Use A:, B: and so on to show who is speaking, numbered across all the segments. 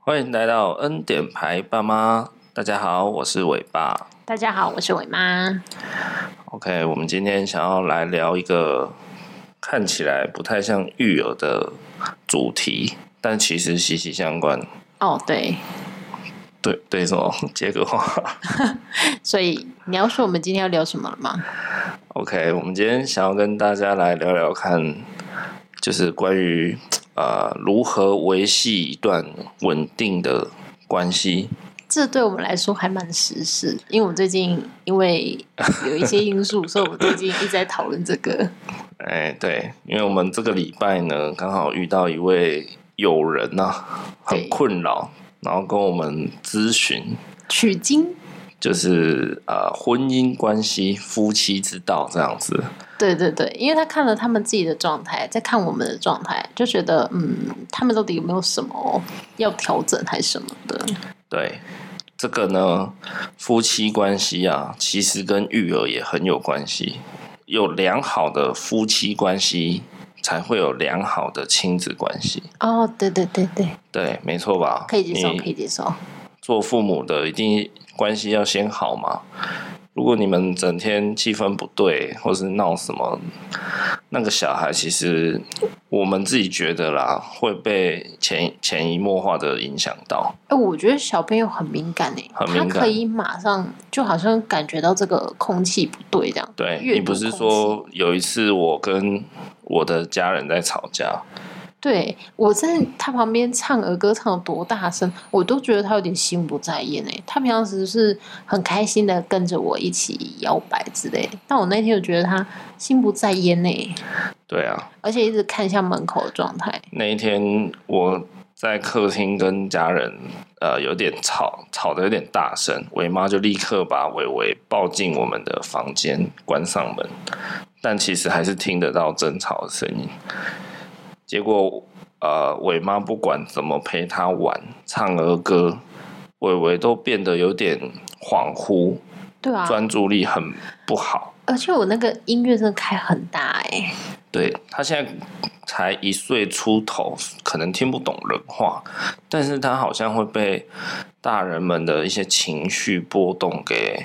A: 欢迎来到恩典牌爸妈，大家好，我是伟爸。
B: 大家好，我是伟妈。
A: OK，我们今天想要来聊一个看起来不太像育儿的主题，但其实息息相关。
B: 哦，对，
A: 对对，什么接个话
B: 所以你要说我们今天要聊什么了吗？
A: ？OK，我们今天想要跟大家来聊聊看，就是关于呃如何维系一段稳定的关系。
B: 这对我们来说还蛮时事，因为我们最近因为有一些因 素，所以我们最近一直在讨论这个。
A: 哎，对，因为我们这个礼拜呢，刚好遇到一位友人呐、
B: 对
A: 很困扰，然后跟我们咨询，
B: 取经，
A: 就是呃婚姻关系、夫妻之道这样子。
B: 对对对，因为他看了他们自己的状态，再看我们的状态，就觉得嗯，他们到底有没有什么要调整还是什么的？
A: 对，这个呢，夫妻关系啊，其实跟育儿也很有关系。有良好的夫妻关系，才会有良好的亲子关系。
B: 哦，对对对对，
A: 对，没错吧？
B: 可以接受，
A: 你
B: 可以接受。
A: 做父母的一定关系要先好嘛。如果你们整天气氛不对，或是闹什么，那个小孩其实我们自己觉得啦，会被潜潜移默化的影响到。
B: 哎、我觉得小朋友很敏感诶、
A: 很敏感
B: 他可以马上就好像感觉到这个空气不对这样。
A: 对
B: 阅
A: 你
B: 读
A: 不是
B: 空
A: 说有一次我跟我的家人在吵架，
B: 对我在他旁边唱儿歌唱的多大声，我都觉得他有点心不在焉诶、他平常时是很开心的跟着我一起摇摆之类的，但我那天我觉得他心不在焉诶、
A: 对啊，
B: 而且一直看向门口的状态。
A: 那一天我在客厅跟家人呃有点吵，吵得有点大声，伟妈就立刻把伟伟抱进我们的房间，关上门，但其实还是听得到争吵的声音。结果呃，伟妈不管怎么陪他玩唱儿歌，伟伟都变得有点恍惚，
B: 对啊，
A: 专注力很不好。
B: 而且我那个音乐真的开很大欸诶、
A: 对他现在才一岁出头，可能听不懂人话，但是他好像会被大人们的一些情绪波动给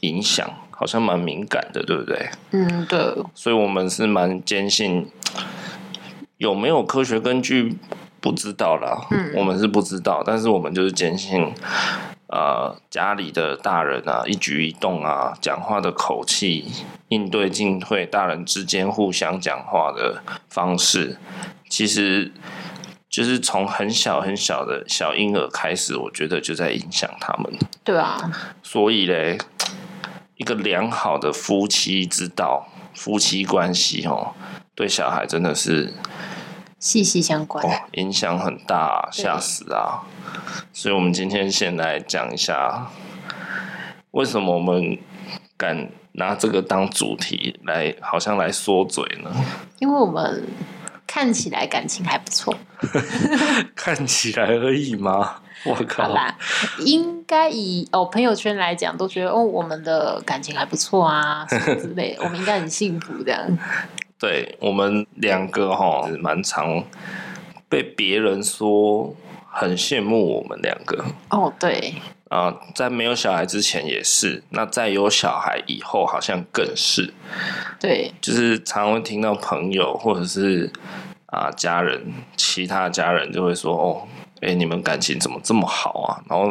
A: 影响，好像蛮敏感的，对不对？
B: 嗯，对，
A: 所以我们是蛮坚信，有没有科学根据不知道啦，
B: 嗯
A: 我们是不知道，但是我们就是坚信，呃，家里的大人啊，一举一动啊，讲话的口气、应对进退，大人之间互相讲话的方式，其实。就是从很小很小的小婴儿开始，我觉得就在影响他们。
B: 对啊，
A: 所以嘞，一个良好的夫妻之道、夫妻关系哦，对小孩真的是
B: 息息相关。
A: 哦影响很大啊、
B: 对
A: 吓死啊！所以我们今天先来讲一下，为什么我们敢拿这个当主题来，好像来说嘴呢？
B: 因为我们看起来感情还不错，
A: 哦看起来而已吗？我
B: 好
A: 靠！
B: 吧？应该以哦朋友圈来讲，都觉得哦我们的感情还不 错啊，什么之类的，我们应该很幸福这样。
A: 对我们两个哈，蛮常被别人说很羡慕我们两个。
B: 哦，对，
A: 啊、在没有小孩之前也是，那在有小孩以后好像更是，
B: 对，
A: 就是常会听到朋友或者是啊、家人，其他家人就会说哦。哎、你们感情怎么这么好啊？然后，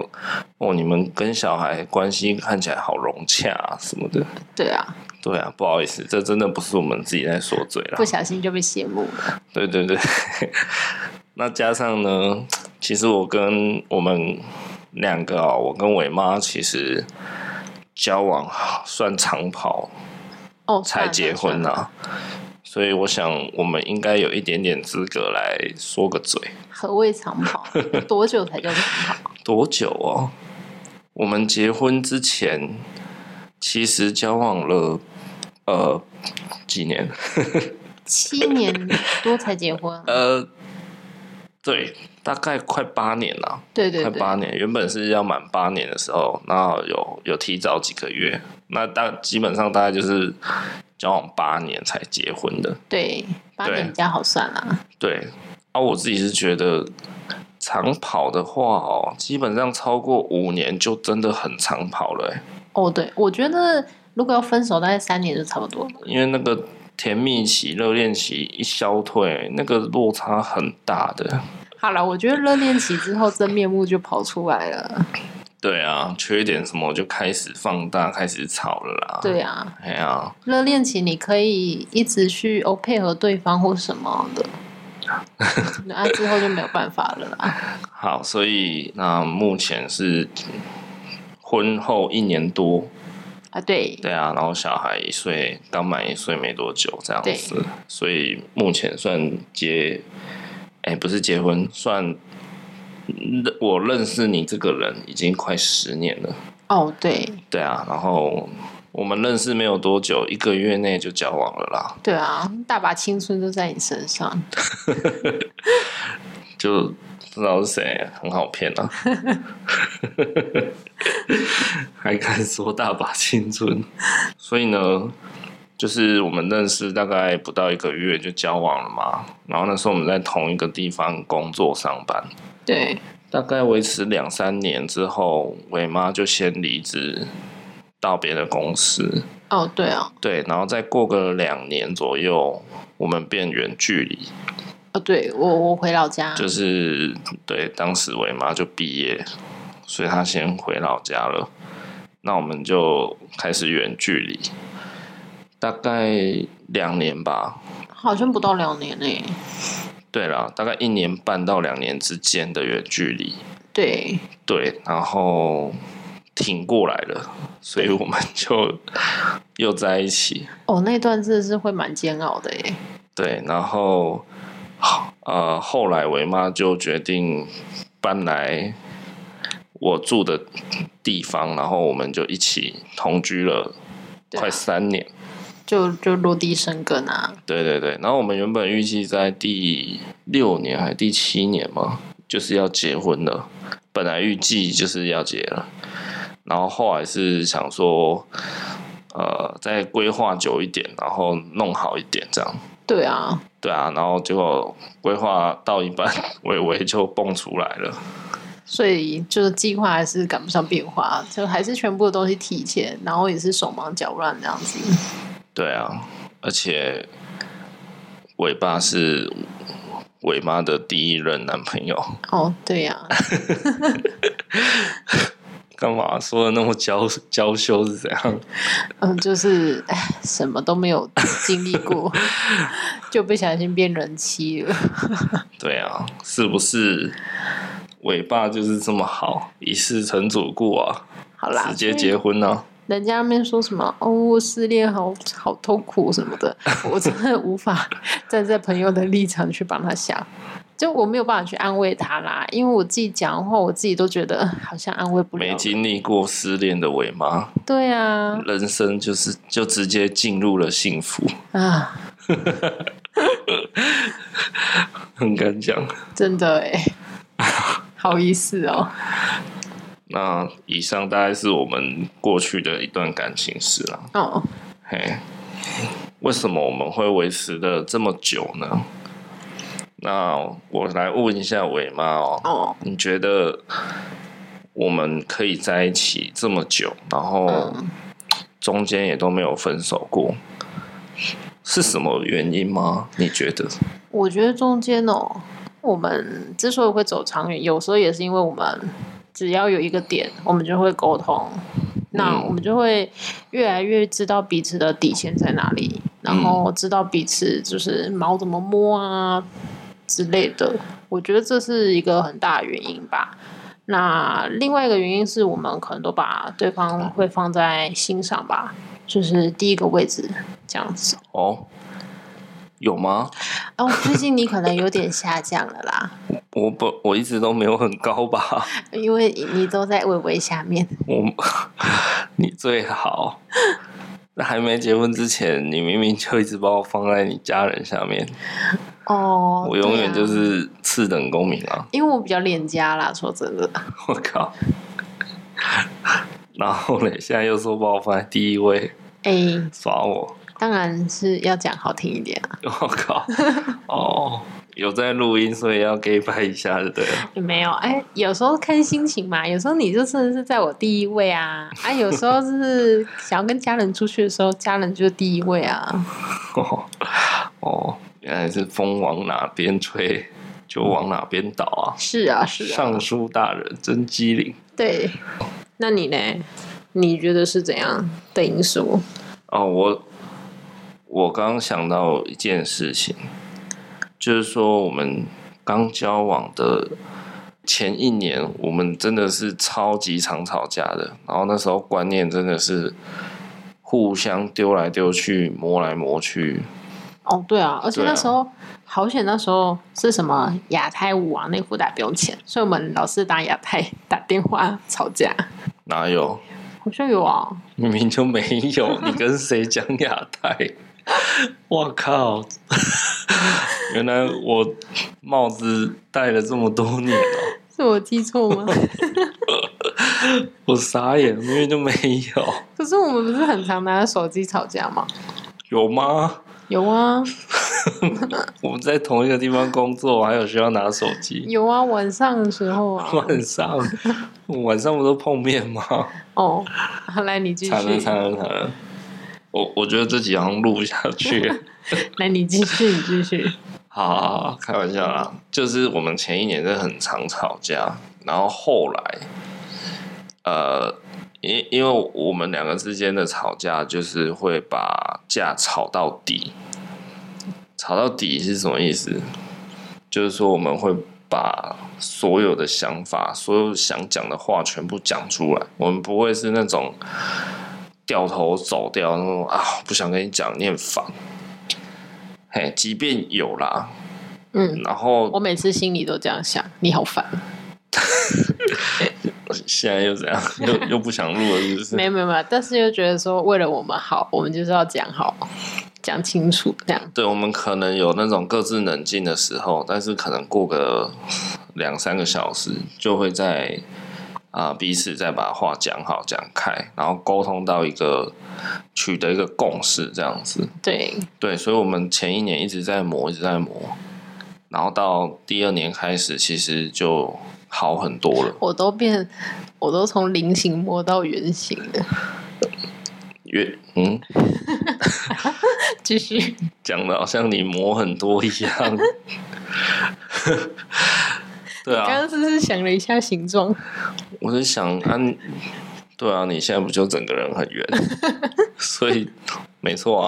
A: 哦，你们跟小孩关系看起来好融洽啊，什么的。
B: 对啊，
A: 对啊，不好意思，这真的不是我们自己在说嘴啦
B: 不。小心就被羡慕了。
A: 对对对， 那加上呢，其实我跟我们两个哦，我跟伟妈其实交往算长跑
B: 哦，
A: 才结婚
B: 了，
A: 啊，所以我想我们应该有一点点资格来说个嘴。
B: 何谓长跑？多久才叫长跑？
A: 多久哦？我们结婚之前其实交往了呃几年？
B: 七年多才结婚？啊
A: 呃，对，大概快八年了。
B: 对对
A: 快
B: 对，
A: 八年，原本是要满八年的时候，那有有提早几个月，那大基本上大概就是交往八年才结婚的。
B: 对，八
A: 对
B: 年比较好算啦。
A: 对，啊，我自己是觉得长跑的话哦，基本上超过五年就真的很长跑了、欸，
B: 哦，对，我觉得如果要分手，大概三年就差不多了。
A: 因为那个甜蜜期、热恋期一消退，那个落差很大的。
B: 好了，我觉得热恋期之后真面目就跑出来了。
A: 对啊，缺点什么就开始放大，开始吵了啦。，
B: 对啊，
A: 哎呀，
B: 热恋期你可以一直去哦配合对方或什么的，那、啊、之后就没有办法了啦。
A: 好，所以那目前是婚后一年多，
B: 啊，对，
A: 对啊，然后小孩一岁，刚满一岁没多久这样子，所以目前算结，哎、不是结婚，算认我认识你这个人已经快十年了，
B: 哦，对，
A: 对啊，然后我们认识没有多久，一个月内就交往了啦，
B: 对啊，大把青春都在你身上。
A: 就不知道是谁，很好骗啊， 还敢说大把青春，所以呢。就是我们认识大概不到一个月就交往了嘛，然后那时候我们在同一个地方工作上班，
B: 对，
A: 大概维持两三年之后，伟妈就先离职到别的公司，
B: 哦，对啊，
A: 对，然后再过个两年左右，我们变远距离，
B: 哦，对我我回老家，
A: 就是对，当时伟妈就毕业，所以她先回老家了。那我们就开始远距离，大概两年吧。
B: 好像不到两年嘞、
A: 对啦，大概一年半到两年之间的远距离。
B: 对，
A: 对，然后挺过来了，所以我们就又在一起。
B: 哦，那段真的是会蛮煎熬的耶。
A: 对，然后呃，后来维妈就决定搬来我住的地方，然后我们就一起同居了
B: 对啊
A: 快三年。
B: 就就落地生根啊，
A: 对对对，然后我们原本预计在第六年还是第七年嘛，就是要结婚了，本来预计就是要结了，然后后来是想说，呃，再规划久一点，然后弄好一点这样。
B: 对啊，
A: 对啊，然后结果规划到一半，伟伟就蹦出来了。
B: 所以就是计划还是赶不上变化，就还是全部的东西提前，然后也是手忙脚乱这样子。
A: 对啊，而且伟爸是伟妈的第一任男朋友，
B: 哦，对呀、
A: 干嘛说的那么娇娇羞是怎样？
B: 嗯，就是唉，什么都没有经历过， 就不小心变人妻了。
A: 对啊，是不是伟爸就是这么好，一世成主顾啊，
B: 好啦，
A: 直接结婚啊？
B: 人家那边说什么哦，我失恋好好痛苦什么的，我真的无法站在朋友的立场去帮他想，就我没有办法去安慰他啦，因为我自己讲话，我自己都觉得呃好像安慰不
A: 没
B: 了。
A: 经历过失恋的伟妈，
B: 对啊，
A: 人生就是就直接进入了幸福，
B: 啊，
A: 很敢讲。
B: 真的哎， 好意思哦。
A: 那以上大概是我们过去的一段感情史啦。
B: 哦，
A: 嘿，为什么我们会维持的这么久呢？那我来问一下伟妈哦，
B: 哦，
A: 你觉得我们可以在一起这么久，然后
B: 嗯
A: 中间也都没有分手过，是什么原因吗？你觉得？
B: 我觉得中间哦，我们之所以会走长远，有时候也是因为我们只要有一个点，我们就会沟通，那
A: 嗯
B: 我们就会越来越知道彼此的底线在哪里，然后知道彼此就是毛怎么摸啊之类的。我觉得这是一个很大的原因吧。那另外一个原因是我们可能都把对方会放在心上吧，就是第一个位置这样子。
A: 哦，有吗？
B: 哦，最近你可能有点下降了啦，
A: 我不，我一直都没有很高吧。
B: 因为你都在微微下面。
A: 我， 你最好。那还没结婚之前，你明明就一直把我放在你家人下面，
B: 哦，
A: 我永远
B: 对
A: 就
B: 啊、
A: 是次等公民啊！
B: 因为我比较恋家啦，说真的，
A: 我靠。然后嘞，现在又说把我放在第一位，
B: 哎、
A: 耍我！
B: 当然是要讲好听一点啊。
A: 我靠！哦，有在录音，所以要 gay 拜一下，对了。
B: 也没有，哎，有时候看心情嘛，有时候你就真的是在我第一位啊，啊，有时候是想要跟家人出去的时候，家人就是第一位啊，
A: 哦，哦，原来是风往哪边吹就往哪边倒啊！
B: 是啊，是啊，
A: 尚书大人真机灵
B: 对。那你呢？你觉得是怎样的因素？
A: 哦！我我刚刚想到一件事情，就是说我们刚交往的前一年，我们真的是超级常吵架的，然后那时候观念真的是互相丢来丢去，磨来磨去，
B: 哦，对啊，而且
A: 对啊
B: 那时候、好险，那时候是什么亚太舞啊，那副打不用钱，所以我们老是打亚太打电话吵架，
A: 哪有？
B: 好像有啊，
A: 明明就没有，你跟谁讲亚太？ 我靠！ 原来我帽子戴了这么多年哦、
B: 是我记错吗？
A: 我傻眼，明明就没有，
B: 可是我们不是很常拿着手机吵架吗？
A: 有吗？
B: 有啊，
A: 我们在同一个地方工作，还有需要拿手机。
B: 有啊，晚上的时候啊。
A: 晚上，晚上不都碰面吗？
B: 哦，好来你继
A: 惨了惨
B: 续，
A: 了惨了！我我觉得这集好像录不下去。
B: 来你继续，你继续。
A: 好好，好开玩笑啦，就是我们前一年真的很常吵架，然后后来，呃，因因为我们两个之间的吵架就是会把架吵到底，吵到底是什么意思？就是说我们会把所有的想法、所有想讲的话全部讲出来，我们不会是那种掉头走掉，那种啊不想跟你讲，你很烦。嘿，即便有啦，
B: 嗯，
A: 然后
B: 我每次心里都这样想，你好烦。
A: 现在又怎样？ 又又不想录了，是不
B: 没
A: 是？
B: 有没有没有，但是又觉得说，为了我们好，我们就是要讲好，讲清楚这样。
A: 对，我们可能有那种各自冷静的时候，但是可能过个两三个小时，就会在啊、彼此再把话讲好讲开，然后沟通到一个取得一个共识这样子。
B: 对，
A: 对，所以我们前一年一直在磨，一直在磨，然后到第二年开始，其实就好很多了。
B: 我都变，我都从菱形摸到圆形了。
A: 越嗯，
B: 继续，
A: 讲的好像你磨很多一样。 对
B: 刚
A: 啊，
B: 刚只是想了一下形状，
A: 我是想啊，你对啊，你现在不就整个人很圆，所以没错啊。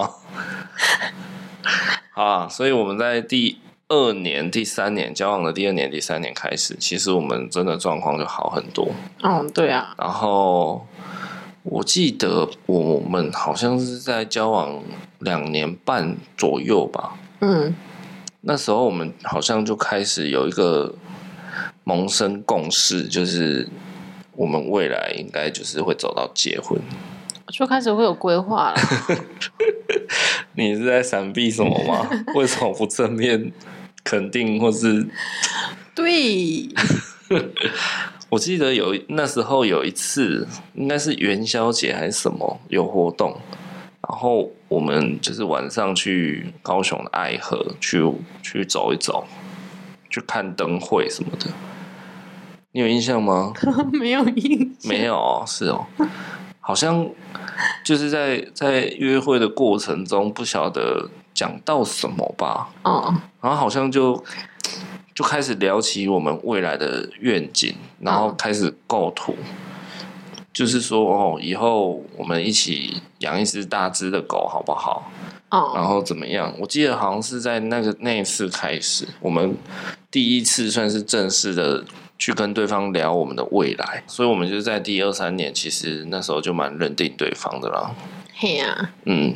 A: 好啊，所以我们在第二年、第三年交往的第二年、第三年开始，其实我们真的状况就好很多。
B: 嗯，对啊，
A: 然后我记得我们好像是在交往两年半左右吧，
B: 嗯，
A: 那时候我们好像就开始有一个萌生共识，就是我们未来应该就是会走到结婚。
B: 就开始会有 规划了。
A: 你是在闪避什么吗？为什么不正面肯定，或是
B: 对，
A: 我记得有一那时候有一次，应该是元宵节还是什么有活动，然后我们就是晚上去高雄的爱河去去走一走，去看灯会什么的。你有印象吗？
B: 没有印象。
A: 没有哦，是哦，好像就是在在约会的过程中，不晓得讲到什么吧，
B: 哦，
A: 然后好像就就开始聊起我们未来的愿景，然后开始构图，就是说哦，以后我们一起养一只大只的狗好不好？
B: 哦，
A: 然后怎么样？我记得好像是在那个那一次开始，我们第一次算是正式的。去跟对方聊我们的未来，所以我们就在第二三年，其实那时候就蛮认定对方的啦。
B: 嘿啊呀、
A: 嗯，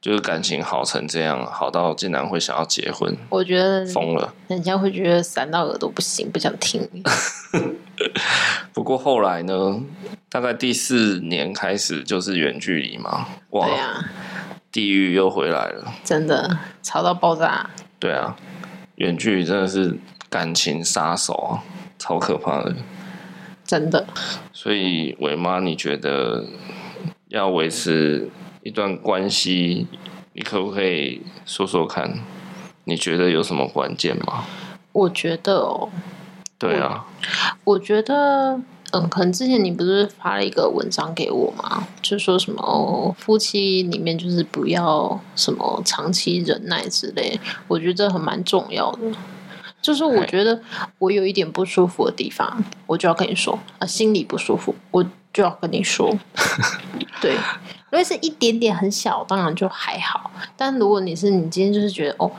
A: 就是感情好成这样，好到竟然会想要结婚，
B: 我觉得
A: 疯了。
B: 人家会觉得闪到耳朵不行，不想听。
A: 不过后来呢，大概第四年开始就是远距离嘛，哇，
B: 对啊，
A: 地狱又回来了。
B: 真的吵到爆炸。
A: 对啊，远距离真的是感情杀手啊，超可怕的。
B: 真的，
A: 所以伟妈，你觉得要维持一段关系，你可不可以说说看？你觉得有什么关键吗？
B: 我觉得哦，
A: 对啊，
B: 我觉得，嗯，可能之前你不是发了一个文章给我吗？就说什么、哦、夫妻里面就是不要什么长期忍耐之类，我觉得这很蛮重要的。就是我
A: 嗨
B: 觉得我有一点不舒服的地方，我就要跟你说啊，心里不舒服，我就要跟你说。对，如果是一点点很小，当然就还好。但如果你是你今天就是觉得哦，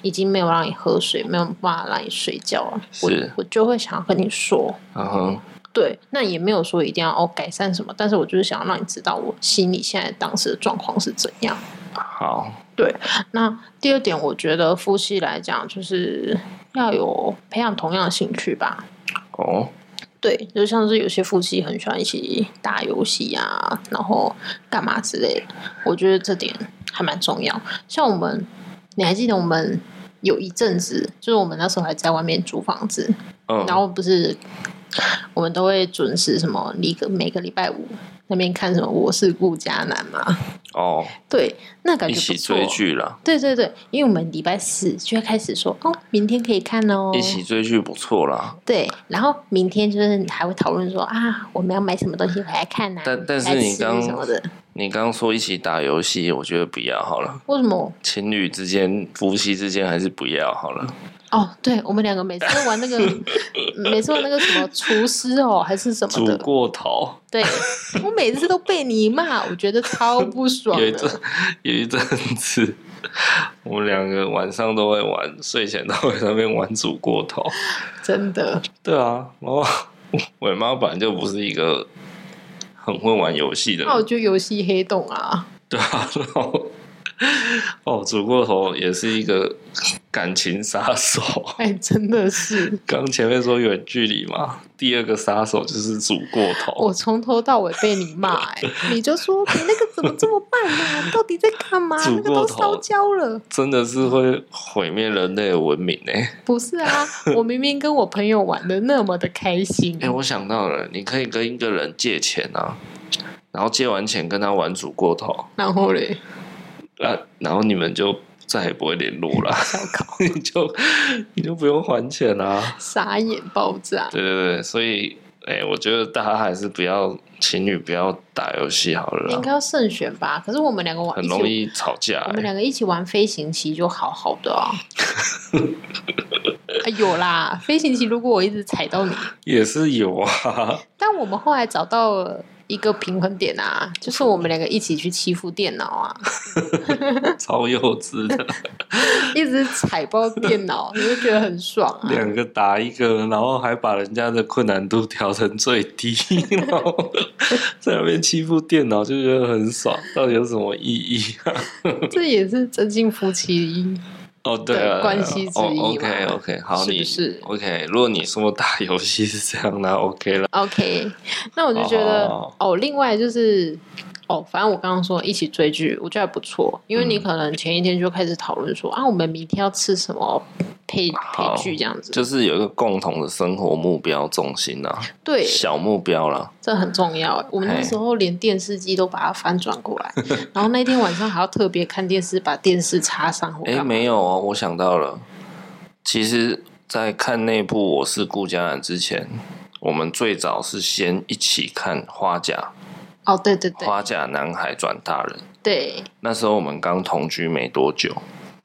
B: 已经没有让你喝水，没有办法让你睡觉了，我
A: 是
B: 我就会想要跟你说。
A: 嗯哼，
B: 对，那也没有说一定要哦改善什么，但是我就是想要让你知道我心里现在当时的状况是怎样。
A: 好，
B: 那第二点，我觉得夫妻来讲，就是要有培养同样的兴趣吧。
A: 哦，
B: 对，就像是有些夫妻很喜欢一起打游戏啊，然后干嘛之类的，我觉得这点还蛮重要。像我们，你还记得我们有一阵子，就是我们那时候还在外面租房子，
A: 嗯，
B: 然后不是我们都会准时什么，一个每个礼拜五那边看什么《我是顾家男》嘛，
A: 哦，
B: 对，那感
A: 一
B: 觉不
A: 起
B: 错
A: 追剧啦，
B: 对对对，因为我们礼拜四就会开始说哦，明天可以看哦，
A: 一起追剧不错啦，
B: 对，然后明天就是还会讨论说啊，我们要买什么东西回来看呐、啊，
A: 但但是
B: 来
A: 你
B: 吃
A: 刚
B: 什么的，
A: 你刚刚说一起打游戏，我觉得不要好了，
B: 为什么？
A: 情侣之间、夫妻之间还是不要好了。
B: 哦，对，我们两个每次都玩那个，每次玩那个什么厨师哦，还是什么
A: 煮
B: 的，
A: 过头，
B: 对我每次都被你骂，我觉得超不 爽
A: 有一
B: 的。
A: 阵有一阵子，我们两个晚上都会玩，睡前都会在那边玩煮过头。
B: 真的，
A: 对啊，然后我妈本来就不是一个很会玩游戏的
B: 那我
A: 人，
B: 就游戏黑洞啊，
A: 对啊，然后哦，煮过头也是一个感情杀手。
B: 哎，真的是，
A: 刚前面说远距离嘛，第二个杀手就是煮过头。
B: 我从头到尾被你骂、哎，你就说你那个怎么这么办啊？到底在干嘛？
A: 煮
B: 那个都
A: 过头
B: 烧焦了。
A: 真的是会毁灭人类的文明诶、欸！
B: 不是 啊，我明明跟我朋友玩的那么的开心
A: 哎、，我想到了，你可以跟一个人借钱啊，然后借完钱跟他玩煮过头，
B: 然后嘞，
A: 啊，然后你们就再也不会联络啦， 你就你就不用还钱啦、
B: 傻眼爆炸。
A: 对对对，所以哎、欸我觉得大家还是不要情侣不要打游戏好了
B: 应
A: 啦，
B: 该要慎选吧？可是我们两个玩
A: 啊很
B: 一起
A: 容易吵架、
B: 我们
A: 欸。
B: 两个一起玩飞行棋就好好 的啊。啊有啦，飞行棋如果我一直踩到你，
A: 也是有啊，
B: 但我们后来找到了一个平衡点啊，就是我们两个一起去欺负电 脑啊。
A: 超幼稚的，
B: 一直踩爆 电脑，你就觉得很爽啊！
A: 两个打一个，然后还把人家的困难度调成最低， 然后在那边欺负电脑，就觉得很爽，到底有什么意义啊？
B: 这也是增进夫妻
A: 哦，对
B: 对
A: 啊，
B: 关系之一嘛
A: o k OK，好，
B: 是不
A: 你
B: 是
A: OK？如果你说打游戏是这样，那 OK 了。
B: OK。那我就觉得
A: 哦
B: 哦另外就是哦，反正我刚刚说一起追剧，我觉得还不错，因为你
A: 嗯
B: 可能前一天就开始讨论说、啊，我们明天要吃什么配
A: 好
B: 配剧这样子，
A: 就是有一个共同的生活目标重心啦，
B: 对，
A: 小目标啦，
B: 这很重要。欸我们那
A: 嘿
B: 时候连电视机都把它翻转过来，然后那天晚上还要特别看电视，把电视插上或
A: 哎、
B: 干嘛。
A: 没有哦，我想到了，其实，在看那部《我是顾家人》之前，我们最早是先一起看《花甲
B: 哦，对对对
A: 花甲男孩转大人》，
B: 对，
A: 那时候我们刚同居没多久，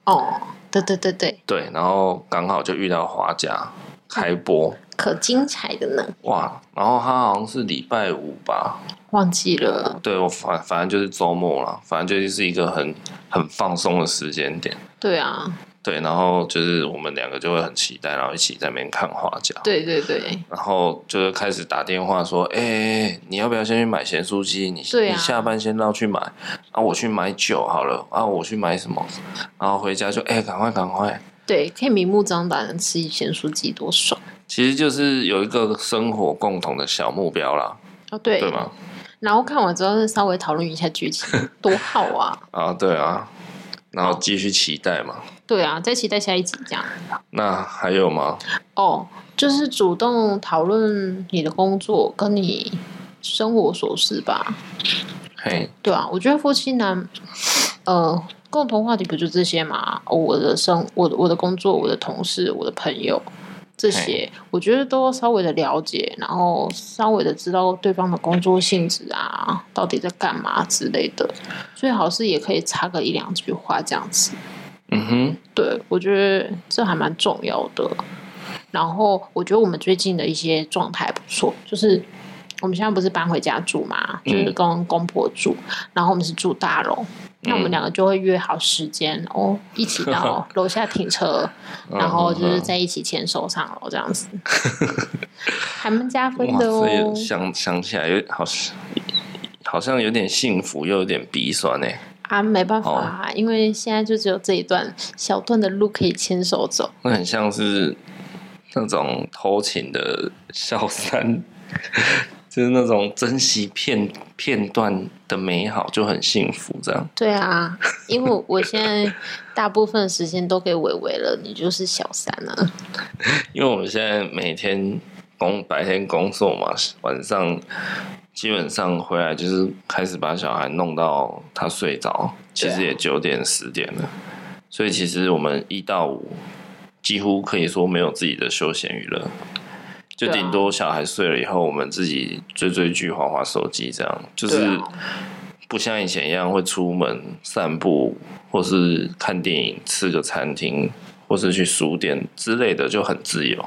B: 哦，对对对对，
A: 对，然后刚好就遇到花甲开播，
B: 可精彩的呢，
A: 哇，然后他好像是礼拜五吧，
B: 忘记了。
A: 对我反反正就是周末了，反正就是一个很很放松的时间点。
B: 对啊，
A: 对，然后就是我们两个就会很期待，然后一起在那边看花甲，
B: 对对对，
A: 然后就是开始打电话说，哎、你要不要先去买咸酥鸡？你、
B: 对啊
A: 你下班先绕去买啊，我去买酒好了啊，我去买什么？然后回家就哎，赶、快赶快，
B: 对，可以明目张胆的吃一咸酥鸡，多爽
A: 其实就是有一个生活共同的小目标啦，
B: 哦！对，
A: 对吗？
B: 然后看完之后，稍微讨论一下剧 情，多好啊！
A: 啊，对啊，然后继续期待嘛。
B: 对啊，再期待下一集这样
A: 那还有吗？
B: 哦。就是主动讨论你的工作跟你生活琐事吧。
A: 嘿，
B: 对啊，我觉得夫妻男，呃，共同话题不就这些嘛？哦我的生，我的我的工作，我的同事，我的朋友，这些我觉得都稍微的了解，然后稍微的知道对方的工作性质啊，到底在干嘛之类的，最好是也可以插个一两句话这样子。
A: 嗯哼，
B: 对，我觉得这还蛮重要的。然后我觉得我们最近的一些状态不错，就是我们现在不是搬回家住嘛，就是
A: 嗯
B: 跟公婆住，然后我们是住大楼，那我
A: 嗯
B: 们两个就会约好时间哦，一起 到楼下停车，
A: 嗯
B: 然后就是在一起牵手上楼这 样子，还蛮加分
A: 哇，
B: 的
A: 这
B: 哦
A: 也。想想起来有好像好像有点幸福，又有点鼻酸欸呢。
B: 啊，没办
A: 哦
B: 法、啊，因为现在就只有这一段小段的路可以牵手走。
A: 那很像是那种偷情的小三， 就是那种珍惜片片段的美好，就很幸福这样。
B: 对啊，因为我现在大部分时间都给伟伟了，你就是小三啊。
A: 因为我们现在每天工白天工作嘛，晚上基本上回来就是开始把小孩弄到他睡着，其实
B: 对啊
A: 也九点十点了，所以其实我们一到五几乎可以说没有自己的休闲娱乐。就
B: 对啊
A: 顶多小孩睡了以后，我们自己追追剧、划划手机，这样就是
B: 对啊
A: 不像以前一样会出门散步，或是看电影、吃个餐厅，或是去书店之类的，就很自由。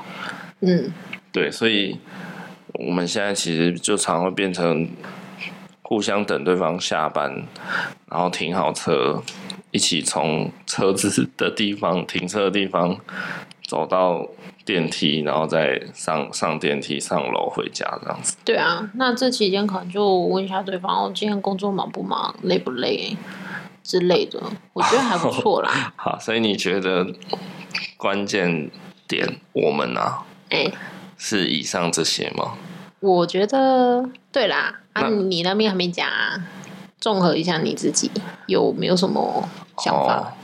B: 嗯，
A: 对，所以我们现在其实就常会变成互相等对方下班，然后停好车，一起从车子的地方停车的地方走到电梯，然后再上上电梯上楼回家这样子。
B: 对啊。那这期间可能就问一下对方，哦，今天工作忙不忙，累不累之类的，我觉得还不错 啦。
A: 好，所以你觉得关键点我们啊
B: 哎、
A: 是以上这些吗？
B: 我觉得对啦。啊，
A: 那
B: 你你那边还没讲啊？综合一下你自己有没有什么想
A: 哦
B: 法？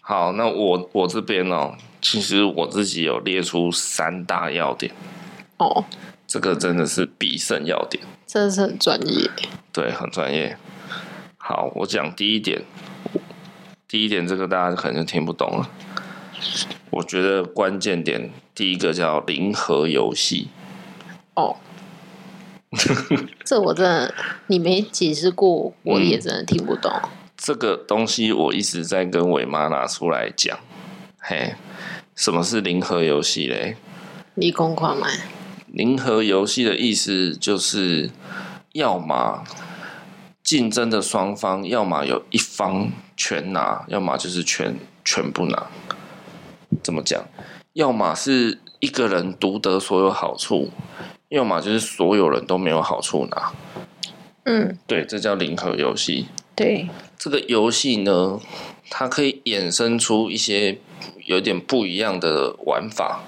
A: 好，那我我这边哦，其实我自己有列出三大要点。
B: 哦
A: 这个真的是必胜要点，
B: 真的是很专业。
A: 对，很专业。好，我讲第一点，第一点这个大家可能就听不懂了。我觉得关键点第一个叫零和游戏，
B: 哦，这我真的你没解释过，我也真的听不懂。
A: 这个东西我一直在跟伟妈拿出来讲。嘿，什么是零和游戏嘞？
B: 你公款吗？
A: 零和游戏的意思就是，要么竞争的双方，要么有一方全拿，要么就是全全不拿。怎么讲？要么是一个人独得所有好处，要么就是所有人都没有好处拿。
B: 嗯，
A: 对，这叫零和游戏。
B: 对，
A: 这个游戏呢，它可以衍生出一些有点不一样的玩法。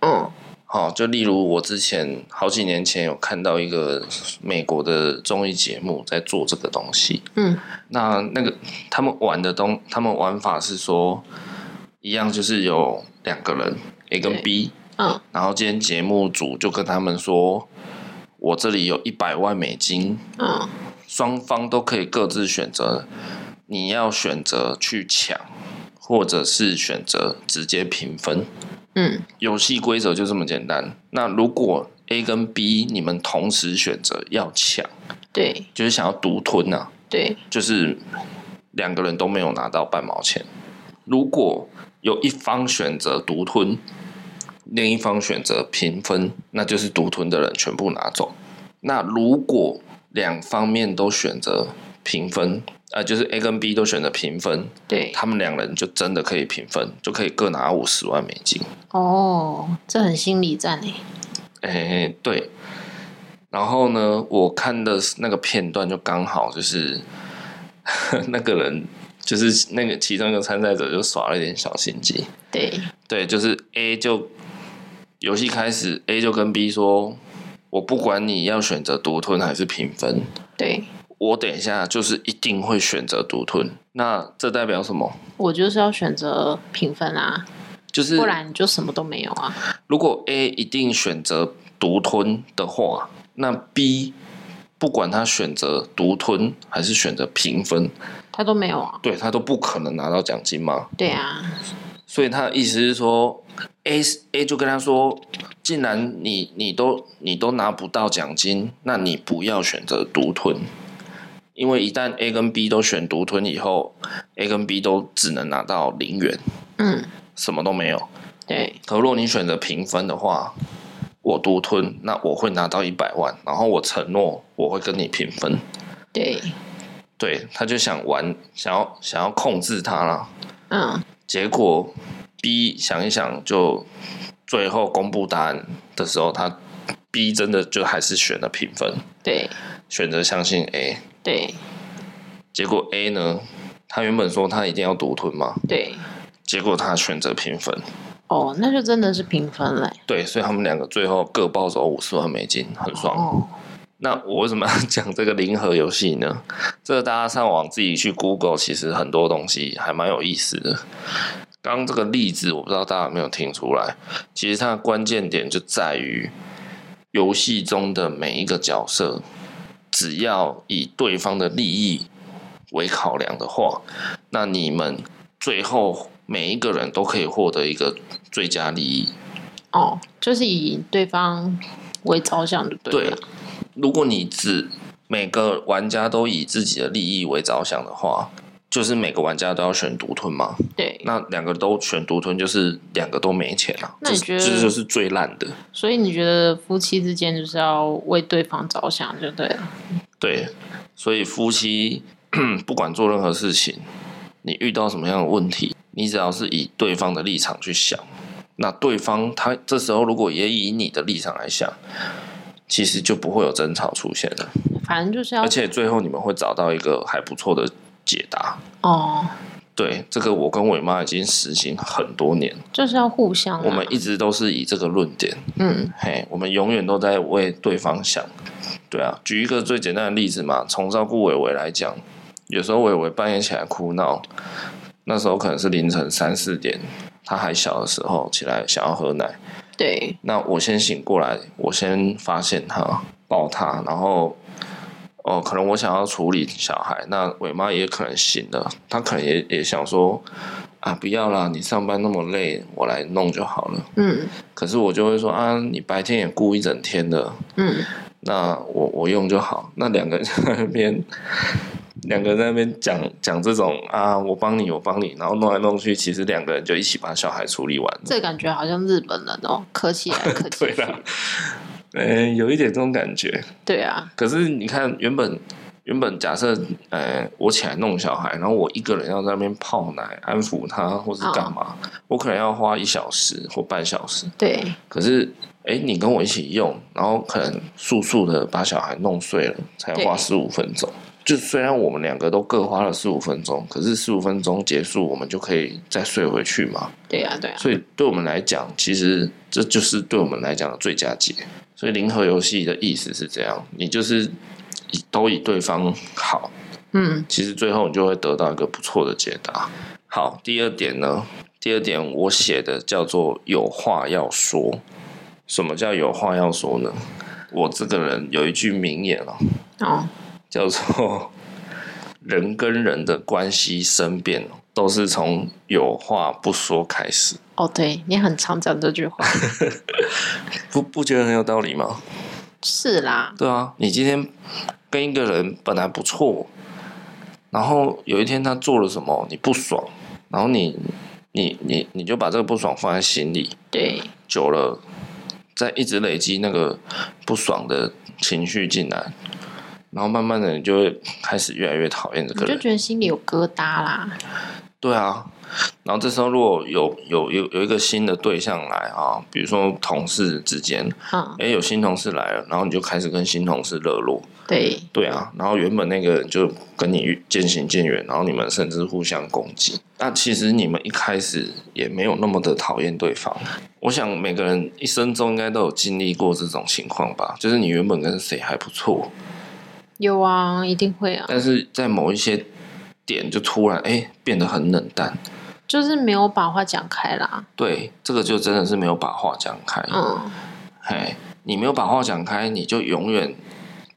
B: 嗯，
A: 好，就例如我之前好几年前有看到一个美国的综艺节目在做这个东西，
B: 嗯，
A: 那那个他们玩的东，他们玩法是说，一样就是有两个人 A 跟
B: 对
A: B，
B: 嗯，
A: 然后今天节目组就跟他们说，我这里有一百万美金，
B: 嗯，
A: 双方都可以各自选择，你要选择去抢，或者是选择直接平分。
B: 嗯，
A: 游戏规则就这么简单。那如果 A 跟 B 你们同时选择要抢，
B: 对
A: 就是想要独吞啊，
B: 对，
A: 就是两个人都没有拿到半毛钱。如果有一方选择独吞，另一方选择平分，那就是独吞的人全部拿走。那如果两方面都选择平分，呃，就是 A 跟 B 都选择平分，
B: 对，
A: 他们两人就真的可以平分，就可以各拿五十万美金。
B: 哦，这很心理战欸诶。
A: 哎、对。然后呢，我看的那个片段就刚好就是 那个人，就是那个其中一个参赛者就耍了一点小心机。
B: 对，
A: 对，就是 A 就游戏开始，A 就跟 B 说：“我不管你要选择独吞还是平分，
B: 对
A: 我等一下就是一定会选择独吞。”那这代表什么？
B: 我就是要选择平分啊，
A: 就是
B: 不然你就什么都没有啊。
A: 如果 A 一定选择独吞的话，那 B 不管他选择独吞还是选择平分，
B: 他都没有啊。
A: 对他都不可能拿到奖金嘛。
B: 对啊，
A: 所以他的意思是说，A A 就跟他说，既然你你都你都拿不到奖金，那你不要选择独吞，因为一旦 A 跟 B 都选独吞以后，A 跟 B 都只能拿到零元，
B: 嗯，
A: 什么都没有。
B: 对，
A: 可如果你选择平分的话，我独吞，那我会拿到一百万，然后我承诺我会跟你平分。
B: 对，
A: 对，他就想玩，想要想要控制他啦。
B: 嗯，
A: 结果 B 想一想，就最后公布答案的时候，他 B 真的就还是选了平分，
B: 对，
A: 选择相信 A。
B: 对，
A: 结果 A 呢，他原本说他一定要独吞嘛，
B: 对，
A: 结果他选择平分。
B: 哦，那就真的是平分了欸。
A: 对，所以他们两个最后各抱走五十万美金，很爽。
B: 哦，
A: 那我为什么要 讲这个零和游戏呢？这个大家上网自己去 Google，其实很多东西还蛮有意思的。刚刚这个例子，我不知道大家有没有听出来，其实它的关键点就在于游戏中的每一个角色，只要以对方的利益为考量的话，那你们最后每一个人都可以获得一个最佳利益。
B: 哦，就是以对方为着想就对
A: 对
B: 啊了。，
A: 如果你只每个玩家都以自己的利益为着想的话，就是每个玩家都要选独吞嘛。
B: 对，
A: 那两个都选独吞，就是两个都没钱啊。
B: 那
A: 这
B: 你
A: 是
B: 觉得
A: 这就是最烂的？
B: 所以你觉得夫妻之间就是要为对方着想就对了。
A: 对，所以夫妻 不管做任何事情，你遇到什么样的问题，你只要是以对方的立场去想，那对方他这时候如果也以你的立场来想，其实就不会有争吵出现了。
B: 反正就是要
A: 而且最后你们会找到一个还不错的解答。
B: 哦，
A: 对，这个我跟伟妈已经实行很多年，
B: 就是要互相啊。
A: 我们一直都是以这个论点，
B: 嗯，
A: 嘿，我们永远都在为对方想。对啊，举一个最简单的例子嘛，从照顾伟伟来讲，有时候伟伟半夜起来哭闹，那时候可能是凌晨三四点，他还小的时候起来想要喝奶，
B: 对，
A: 那我先醒过来，我先发现他，抱他，然后，哦、可能我想要处理小孩，那伟妈也可能醒了，她可能也也想说，啊，不要啦，你上班那么累，我来弄就好了。
B: 嗯
A: 可是我就会说，啊，你白天也顾一整天的，
B: 嗯，
A: 那我我用就好。那两个人在那边，两个人在那边讲讲这种啊，我帮你，我帮你，然后弄来弄去，其实两个人就一起把小孩处理完了。
B: 这感觉好像日本人哦，客气 来客气
A: 对
B: 去。
A: 啦，嗯、有一点这种感觉。
B: 对啊，
A: 可是你看，原本原本假设，呃，我起来弄小孩，然后我一个人要在那边泡奶、安抚他，或是干嘛，我可能要花一小时或半小时。
B: 对
A: 可是，哎、你跟我一起用，然后可能速速的把小孩弄碎了，才花
B: 对
A: 十五分钟。就虽然我们两个都各花了十五分钟，可是十五分钟结束，我们就可以再睡回去嘛。
B: 对啊，对啊，
A: 所以对我们来讲，其实这就是对我们来讲的最佳解。所以零和游戏的意思是这样，你就是以都以对方好，
B: 嗯
A: 其实最后你就会得到一个不错的解答。好，第二点呢，第二点我写的叫做有话要说。什么叫有话要说呢？我这个人有一句名言哦，
B: 哦，
A: 叫做人跟人的关系生变哦都是从有话不说开始。
B: 哦，对你很常讲这句话，
A: 不不觉得很有道理吗？
B: 是啦，
A: 对啊，你今天跟一个人本来不错，然后有一天他做了什么你不爽，然后你你你你就把这个不爽放在心里，
B: 对
A: 久了，再一直累积那个不爽的情绪进来，然后慢慢的你就会开始越来越讨厌这
B: 你
A: 个
B: 就
A: 人。
B: 觉得心里有疙瘩啦，
A: 对啊，然后这时候如果有有有有一个新的对象来啊，比如说同事之间，
B: 嗯，
A: 哎，有新同事来了，然后你就开始跟新同事热络，
B: 对
A: 对啊，然后原本那个人就跟你渐行渐远，然后你们甚至互相攻击。那其实你们一开始也没有那么的讨厌对方。我想每个人一生中应该都有经历过这种情况吧，就是你原本跟谁还不错，
B: 有啊，一定会啊，
A: 但是在某一些点就突然哎、变得很冷淡。
B: 就是没有把话讲开啦，
A: 对，这个就真的是没有把话讲开。
B: 嗯，
A: 哎，你没有把话讲开，你就永远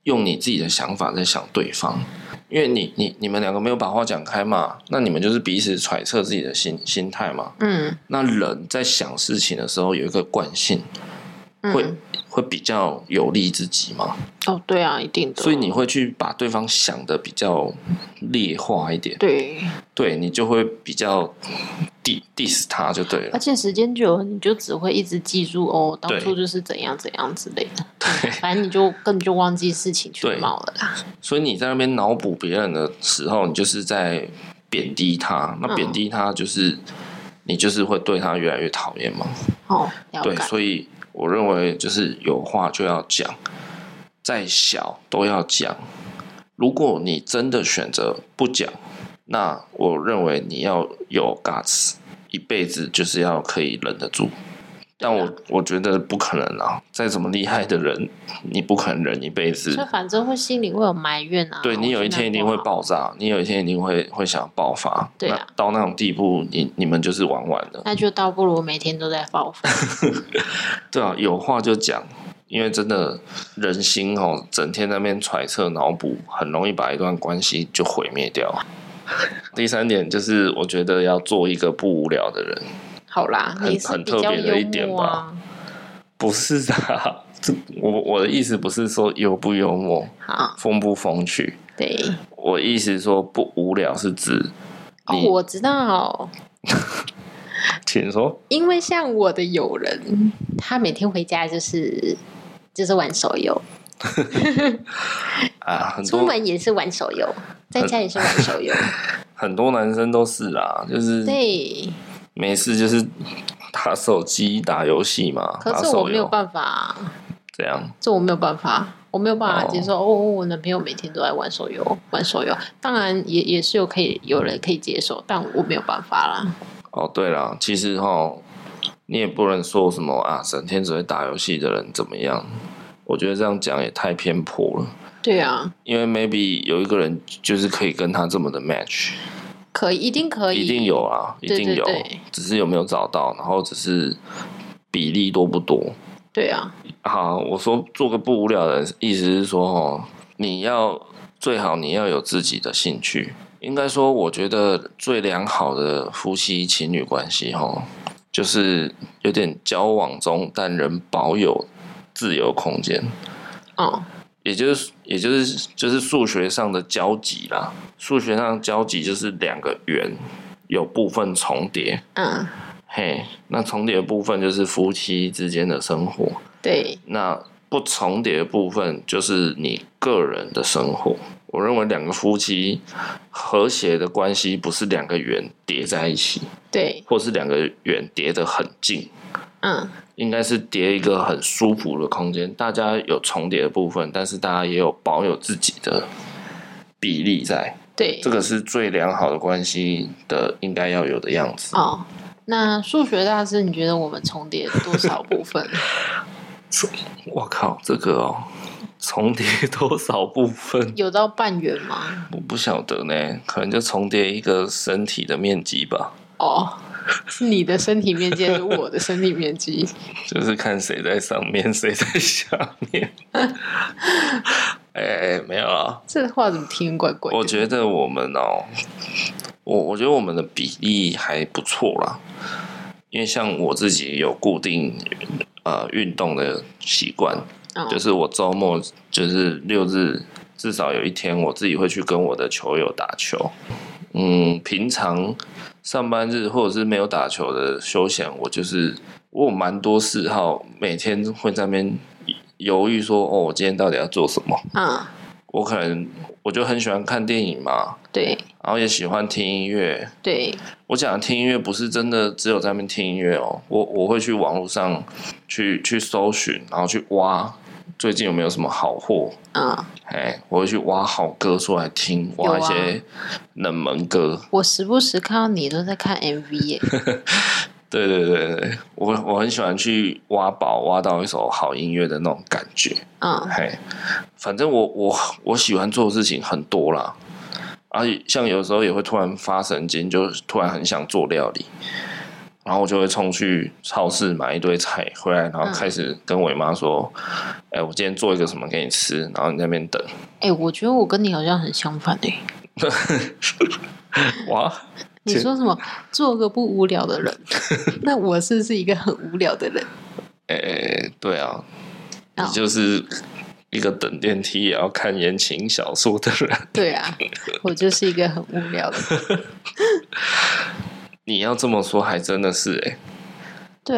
A: 用你自己的想法在想对方，因为你你你们两个没有把话讲开嘛，那你们就是彼此揣测自己的心心态嘛。
B: 嗯
A: 那人在想事情的时候有一个惯性，会、
B: 嗯，
A: 会比较有利自己嘛，
B: 哦，对啊，一定的。
A: 所以你会去把对方想的比较劣化一点，
B: 对，
A: 对你就会比较 dis diss 他就对
B: 而
A: 了，
B: 且时间久了，你就只会一直记住哦，当
A: 对
B: 初就是怎样怎样之类的。嗯
A: 对。
B: 反正你就根本就忘记事情
A: 对
B: 全貌了啦。
A: 所以你在那边脑补别人的时候，你就是在贬低他。那
B: 嗯
A: 贬低他就是、你就是会对他越来越讨厌嘛？
B: 哦，了
A: 对，
B: 解。
A: 所以我认为就是有话就要讲，再小都要讲。如果你真的选择不讲，那我认为你要有 guts，一辈子就是要可以忍得住。但我我觉得不可能啊！再怎么厉害的人，你不可能忍一辈子。
B: 就反正会心里会有埋怨啊。
A: 对你有一天一定会
B: 我现在不好。
A: 爆炸，你有一天一定会会想要爆发。
B: 对啊
A: 那到那种地步，你你们就是玩完了。
B: 那就倒不如每天都在 报复。
A: 对啊，有话就讲，因为真的人心哦，整天在那边揣测脑补，很容易把一段关系就毁灭掉。 第三点就是，我觉得要做一个不无聊的人，
B: 好啦，
A: 很
B: 你是
A: 很
B: 比
A: 特
B: 较
A: 别的一
B: 幽
A: 点
B: 默啊。
A: 不是啊。这我我的意思不是说幽不幽默、
B: 好，
A: 风不风趣，
B: 对，
A: 我意思说不无聊是指
B: 哦，
A: 你，
B: 我知道，
A: 请说。
B: 因为像我的友人，他每天回家就是就是玩手游，
A: 啊，很多
B: 出门也是玩手游，在家也是玩手 游，
A: 很多男生都是啦，就是
B: 对。
A: 没事就是打手机、打游戏嘛，
B: 可
A: 打
B: 是我
A: 手
B: 没有
A: 游
B: 办法，
A: 这样。
B: 这我没有办法，我没有办法
A: 哦
B: 接受。哦，我男朋友每天都在玩手游，玩手游，当然也也是有可以有人可以接受，但我没有办法啦。
A: 哦，对啦，其实哈，你也不能说什么啊，整天只会打游戏的人怎么样？我觉得这样讲也太偏颇了，
B: 对啊，
A: 因为 maybe 有一个人就是可以跟他这么的 match，
B: 可以，一定可以，
A: 一定有啊，一
B: 对
A: 定有
B: 对对，
A: 只是有没有找到，然后只是比例多不多。
B: 对啊，
A: 好，我说做个不无聊的人，意思是说哦，你要最好你要有自己的兴趣。应该说，我觉得最良好的夫妻情侣关系哦，就是有点交往中，但仍保有自由空间。
B: 哦，
A: 也就是，也就是，就是数学上的交集啦。数学上的交集就是两个圆有部分重叠，
B: 嗯，
A: 嘿，那重叠的部分就是夫妻之间的生活。
B: 对，
A: 那不重叠的部分就是你个人的生活。我认为两个夫妻和谐的关系不是两个圆叠在一起，
B: 对，
A: 或是两个圆叠得很近，
B: 嗯，
A: 应该是叠一个很舒服的空间。大家有重叠的部分，但是大家也有保有自己的比例在，
B: 对
A: 这，个是最良好的关系的应该要有的样子。
B: 哦。那数学大师，你觉得我们重叠多少部分？
A: 我靠，这个哦，重叠多少部分？
B: 有到半圆吗？
A: 我不晓得呢，可能就重叠一个身体的面积吧，
B: 哦，是你的身体面积还是我的身体面积？
A: 就是看谁在上面，谁在下面。 哎、没有啊，
B: 这话怎么听怪怪的？
A: 我觉得我们哦，我我觉得我们的比例还不错啦，因为像我自己有固定呃运动的习惯，
B: 哦
A: 就是我周末就是六日至少有一天我自己会去跟我的球友打球。嗯，平常上班日或者是没有打球的休闲，我就是我有蛮多嗜好，每天会在那边犹豫说，哦，我今天到底要做什么？
B: 嗯，
A: 我可能我就很喜欢看电影嘛，
B: 对
A: 然后也喜欢听音乐。
B: 对，
A: 我讲的听音乐不是真的只有在那边听音乐哦，我我会去网络上去去搜寻，然后去挖最近有没有什么好货，
B: 嗯，
A: 哎，我会去挖好歌出来听，挖一
B: 有啊
A: 些冷门歌。
B: 我时不时看到你都在看 MV 耶、
A: 对对对对，我我很喜欢去挖宝，挖到一首好音乐的那种感觉。
B: 嗯，
A: 嘿，反正我我我喜欢做的事情很多啦，啊而且像有时候也会突然发神经，就突然很想做料理。然后我就会冲去超市买一堆菜回来，然后开始跟伟妈说：“哎、我今天做一个什么给你吃，然后你在那边等。
B: 哎、我觉得我跟你好像很相反哎、”
A: 哇，
B: 你
A: 这
B: 说什么做个不无聊 的人？那我是不是一个很无聊的人？
A: 哎、对啊，你
B: 哦
A: 就是一个等电梯也要看言情小说的人。
B: 对啊，我就是一个很无聊的人。
A: 你要这么说，还真的是哎、
B: 对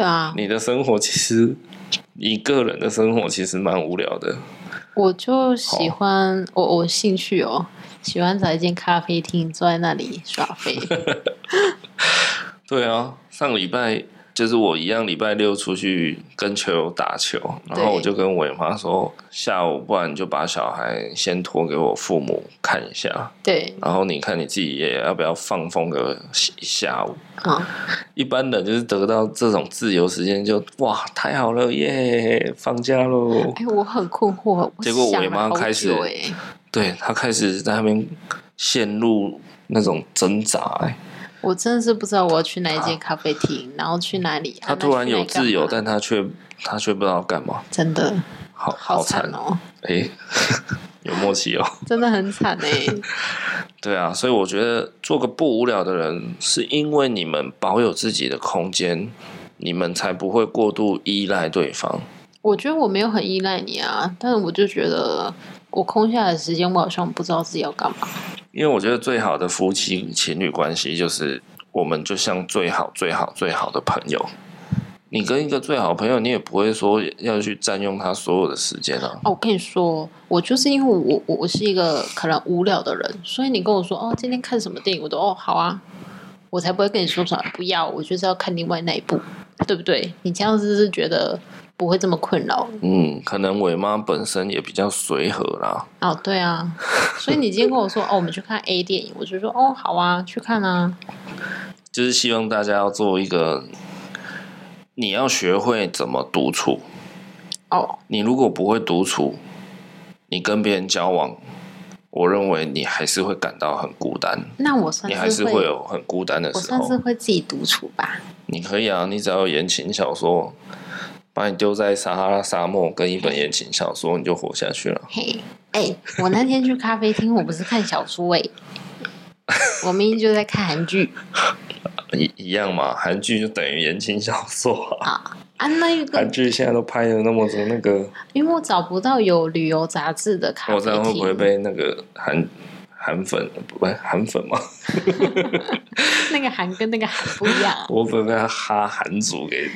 B: 啊，
A: 你的生活其实，你个人的生活其实蛮无聊的。
B: 我就喜欢我我兴趣哦，喜欢找一间咖啡厅坐在那里耍 飞。
A: 对啊，上礼拜就是我一样，礼拜六出去跟球友打球，然后我就跟我妈说，下午不然你就把小孩先托给我父母看一下，
B: 对，
A: 然后你看你自己也要不要放风个一下午。
B: 啊、
A: 一般人就是得到这种自由时间就哇太好了耶，放假喽！
B: 哎，我很困惑。
A: 结果
B: 我
A: 我妈开始
B: 哎，
A: 对他开始在那边陷入那种挣扎、欸，
B: 我真的是不知道我要去哪一间咖啡厅，然后去哪里。啊
A: 啊他突然有自由，
B: 那去
A: 但
B: 哪里干嘛
A: 他却他却不知道干嘛，
B: 真的
A: 好
B: 好
A: 惨
B: 惨哦，
A: 哎、 有默契哦。
B: 真的很惨哎。
A: 对啊，所以我觉得做个不无聊的人，是因为你们保有自己的空间，你们才不会过度依赖对方。
B: 我觉得我没有很依赖你啊，但是我就觉得我空下来的时间，我好像不知道自己要干嘛。
A: 因为我觉得最好的夫妻情侣关系，就是我们就像最好、最好、最好的朋友。你跟一个最好的朋友，你也不会说要去占用他所有的时间啊。
B: 哦，我跟你说，我就是因为我我我是一个可能无聊的人，所以你跟我说哦，今天看什么电影，我都哦好啊，我才不会跟你说什么不要，我就是要看另外那一部，对不对？你这样子是觉得不会这么困扰
A: 嗯，可能伟妈本身也比较随和啦。
B: 哦？对啊，所以你今天跟我说哦，我们去看 A 电影，我就说哦好啊，去看啊，
A: 就是希望大家要做一个，你要学会怎么独处。
B: 哦
A: 你如果不会独处，你跟别人交往，我认为你还是会感到很孤单，
B: 那我算
A: 你
B: 是
A: 还是会有很孤单的
B: 我
A: 时
B: 算是
A: 候。
B: 会自己独处吧。
A: 你可以啊，你只要有言情小说，把你丢在撒哈拉沙漠跟一本言情小说，你就活下去了。
B: 嘿，哎、我那天去咖啡厅，我不是看小说哎、我明明就在看韩剧。
A: 一一样嘛，韩剧就等于言情小说啊。
B: 啊，那个
A: 韩剧现在都拍的那么多那个，
B: 因为我找不到有旅游杂志的咖
A: 我
B: 啡
A: 这
B: 厅，
A: 样会不会被那个韩韩粉不韩粉吗？？
B: 那个韩跟那个韩不一样啊
A: 我会不会被哈韩族给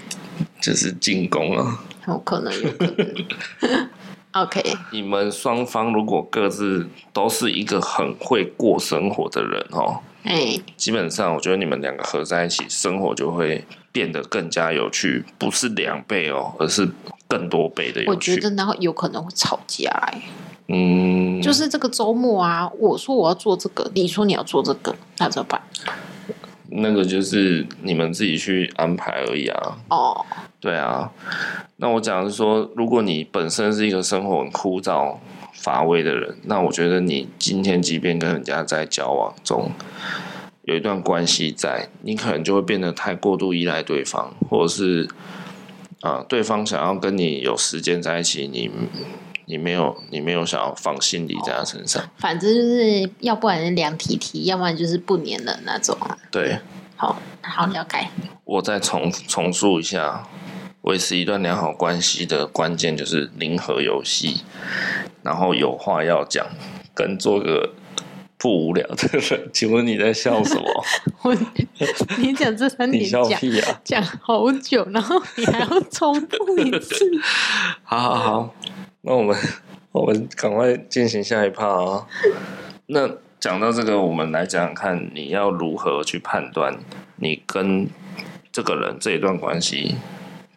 A: 就是进攻了？
B: 有可能，有可能。OK，
A: 你们双方如果各自都是一个很会过生活的人哦，
B: 哎、
A: 基本上我觉得你们两个合在一起，生活就会变得更加有趣，不是两倍哦，而是更多倍的有
B: 我觉
A: 趣。
B: 得然后有可能会吵架、哎，
A: 嗯，
B: 就是这个周末啊，我说我要做这个，你说你要做这个，那怎么办？
A: 那个就是你们自己去安排而已啊。
B: 哦，
A: 对啊，那我讲的是说，如果你本身是一个生活很枯燥乏味的人，那我觉得你今天即便跟人家在交往中有一段关系在，你可能就会变得太过度依赖对方，或者是啊、对方想要跟你有时间在一起，你你没有你没有想要放心力在他身上，
B: 反正就是要不然凉提提，要不然就是不粘人那种啊。
A: 对。
B: 好，好了解。
A: 我再重重述一下，维持一段良好关系的关键就是零和游戏，然后有话要讲，跟做个不无聊的人。 请问你在笑什么？
B: 我你讲这三
A: 你
B: 点
A: 笑
B: 讲
A: 屁啊呀、
B: 讲好久，然后你还要重复一 次。
A: 啊！好好好，那我们 我们赶快进行下一趴啊。那讲到这个，我们来讲讲看，你要如何去判断你跟这个人这一段关系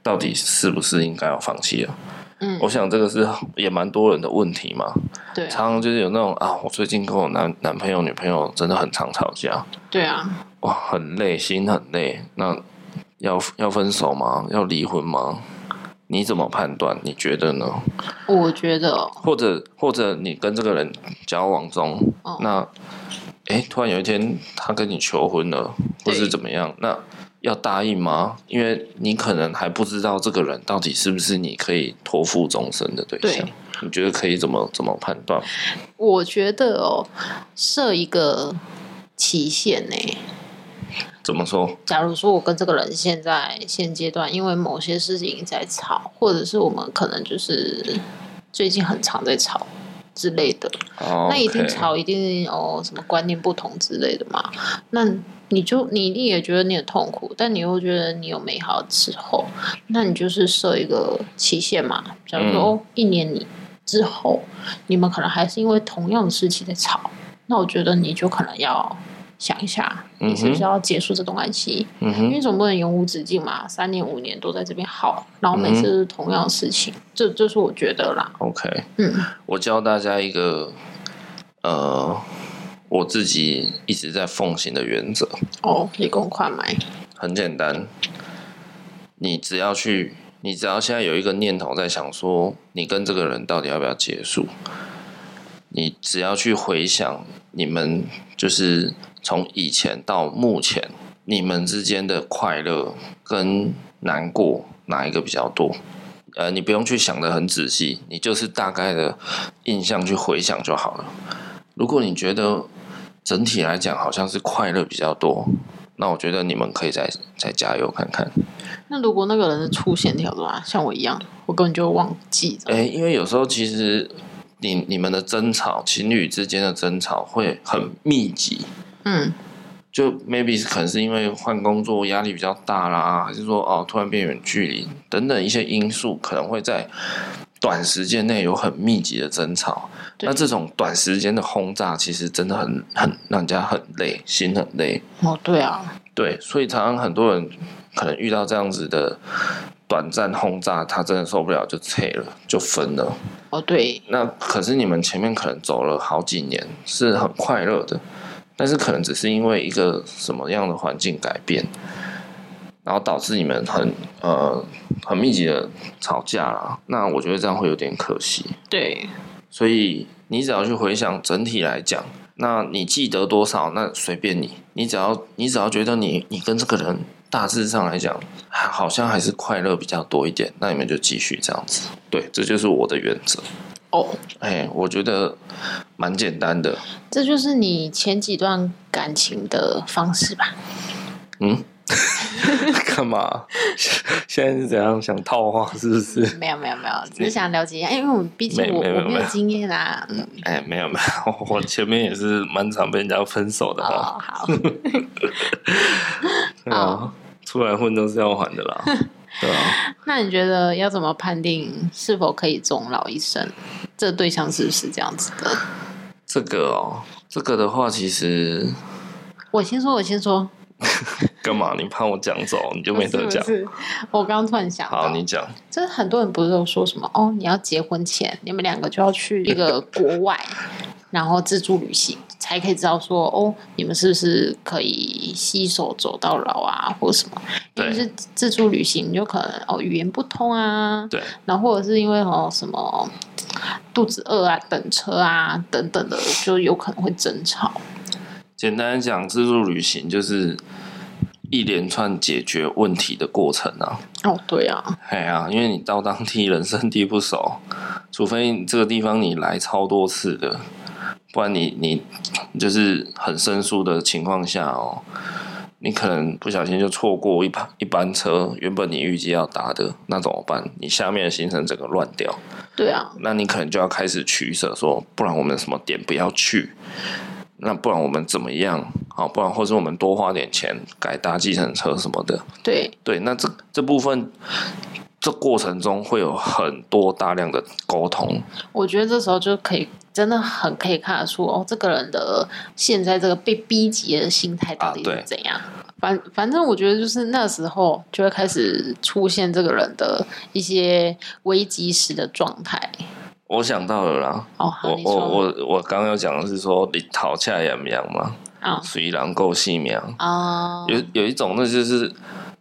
A: 到底是不是应该要放弃了？
B: 嗯
A: 我想这个是也蛮多人的问题嘛，
B: 对啊，
A: 常常就是有那种啊，我最近跟我男男朋友、女朋友真的很常吵架，
B: 对啊，
A: 哇，很累，心很累。那要要分手吗？要离婚吗？你怎么判断？你觉得呢？
B: 我觉得
A: 或者或者你跟这个人交往中，
B: 哦
A: 那诶，突然有一天他跟你求婚了，或
B: 对
A: 是怎么样？那要答应吗？因为你可能还不知道这个人到底是不是你可以托付终身的对象。
B: 对
A: 你觉得可以怎么怎么判断？
B: 我觉得哦，设一个期限呢、
A: 怎么说？
B: 假如说我跟这个人现在现阶段因为某些事情在吵，或者是我们可能就是最近很常在吵之类的，
A: 哦，
B: 那一定
A: OK
B: 吵，一定哦什么观念不同之类的嘛。那你就你一定也觉得你很痛苦，但你又觉得你有美好的时候，那你就是设一个期限嘛，假如说、
A: 嗯
B: 哦一年你之后，你们可能还是因为同样的事情在吵，那我觉得你就可能要想一下，你是不
A: 嗯
B: 是
A: 哼
B: 要结束这段关系？
A: 嗯
B: 因
A: 哼，
B: 为总不能永无止境嘛，三年五年都在这边耗，然后每
A: 嗯
B: 次都是同样的事情，这这是我觉得啦，
A: OK，
B: 嗯，
A: 我教大家一个呃，我自己一直在奉行的原则，
B: 哦，可以公款买，
A: 很简单，你只要去，你只要现在有一个念头在想说，你跟这个人到底要不要结束，你只要去回想你们就是从以前到目前，你们之间的快乐跟难过哪一个比较多？呃，你不用去想的很仔细，你就是大概的印象去回想就好了。如果你觉得整体来讲好像是快乐比较多，那我觉得你们可以再再加油看看。
B: 那如果那个人的粗线条的话，像我一样，我根本就忘记了。
A: 哎、因为有时候其实你你们的争吵，情侣之间的争吵会很密集，
B: 嗯，
A: 就 maybe 是可能是因为换工作压力比较大啦，还是说哦突然变远距离等等一些因素，可能会在短时间内有很密集的争吵。
B: 对
A: 那这种短时间的轰炸，其实真的很很让人家很累，心很累。
B: 哦，对啊，
A: 对，所以常常很多人可能遇到这样子的短暂轰炸，他真的受不了就撤了，就分了。
B: 哦对，
A: 那可是你们前面可能走了好几年，是很快乐的，但是可能只是因为一个什么样的环境改变，然后导致你们很呃很密集的吵架啦。那我觉得这样会有点可惜。
B: 对，
A: 所以你只要去回想整体来讲，那你记得多少，那随便你。你只要你只要觉得你你跟这个人大致上来讲，还好像还是快乐比较多一点，那你们就继续这样子。对，这就是我的原则。
B: 哦，
A: 哎，我觉得蛮简单的。
B: 这就是你前几段感情的方式吧？
A: 嗯， 干嘛？ 现在是怎样想套话是不是？
B: 没有没有没有，只是想了解一下，因为我们毕竟
A: 没
B: 我
A: 没有
B: 我
A: 没
B: 没
A: 有
B: 有经验啊。嗯，
A: 哎，没有没有，我前面也是蛮常被人家分手的哈、
B: 哦，好，
A: 对啊，出来混都是要还的 啦。对啊。
B: 那你觉得要怎么判定是否可以终老一生？这对象是不是这样子的？
A: 这个哦，这个的话，其实
B: 我先说，我先说，
A: 干嘛？你怕我讲走，你就
B: 不
A: 没
B: 啊是
A: 得
B: 不
A: 讲。
B: 是，我刚刚突然想到，
A: 好，你讲。
B: 就是很多人不是都说什么哦，你要结婚前，你们两个就要去一个国外，然后自助旅行，才可以知道说哦，你们是不是可以携手走到老啊，或什么？因为
A: 对
B: 是自助旅行，你就可能哦语言不通啊，
A: 对，
B: 然后或者是因为哦什么肚子饿啊、等车啊等等的，就有可能会争吵。
A: 简单讲，自助旅行就是一连串解决问题的过程啊。
B: 哦，对啊，
A: 哎呀、因为你到当地人生地不熟，除非这个地方你来超多次的，不然你你就是很生疏的情况下哦，你可能不小心就错过一班一班车，原本你预计要搭的，那怎么办？你下面的行程整个乱掉。
B: 对啊，
A: 那你可能就要开始取舍说，不然我们什么点不要去，那不然我们怎么样？好，不然或者我们多花点钱改搭计程车什么的。
B: 对
A: 对，那这这部分这过程中会有很多大量的沟通，
B: 我觉得这时候就可以，真的很可以看得出哦，这个人的现在这个被逼急的心态到底
A: 啊
B: 是
A: 对
B: 怎样。反反正我觉得就是那时候就会开始出现这个人的一些危机时的状态。
A: 我想到了啦。
B: 哦，好，
A: 我
B: 你
A: 我
B: 说
A: 我我刚刚要讲的是说，你讨价也一样嘛，
B: 啊
A: 虽然够细苗，
B: 啊，
A: 有有一种那就是，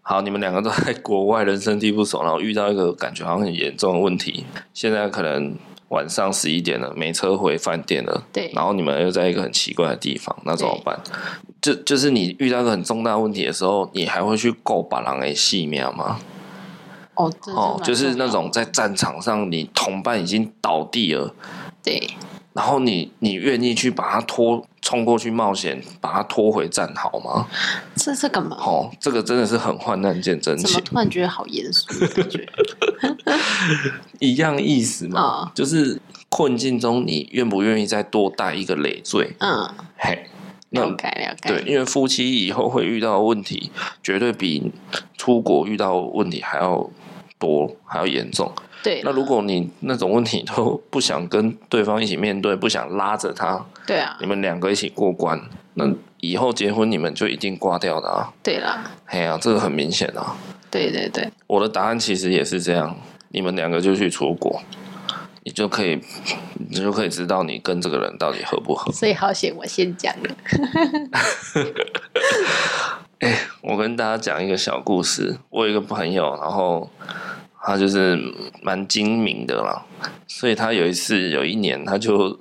A: 好，你们两个都在国外，人生地不熟，然后遇到一个感觉好像很严重的问题，现在可能晚上十一点了，没车回饭店了，
B: 对
A: 然后你们又在一个很奇怪的地方，那怎么办？就就是你遇到一个很重大问题的时候，你还会去够把狼给戏灭吗？
B: 哦，这真
A: 哦，
B: 蛮
A: 就是
B: 重
A: 那
B: 要
A: 种在战场上，你同伴已经倒地了，
B: 对
A: 然后你你愿意去把他拖冲过去冒险，把他拖回战壕吗？
B: 这这干嘛？
A: 哦，这个真的是很患难见真
B: 怎么
A: 情，
B: 突然觉得好严肃的感 觉？
A: 一样意思嘛。
B: 哦
A: 就是困境中，你愿不愿意再多带一个累赘？
B: 嗯，
A: 嘿，那
B: 了解了解。
A: 对，因为夫妻以后会遇到的问题，绝对比出国遇到的问题还要多，还要严重。
B: 对
A: 那如果你那种问题都不想跟对方一起面对，不想拉着他，
B: 对啊
A: 你，们两个一起过关，那以后结婚你们就一定挂掉的啊！
B: 对啦，
A: 嘿呀、这个很明显啊。
B: 对对对，
A: 我的答案其实也是这样，你们两个就去出国，你就可以，你就可以知道你跟这个人到底合不合。
B: 所以好险我先讲了。
A: 我跟大家讲一个小故事，我有一个朋友，然后他就是蛮精明的啦，所以他有一次有一年，他就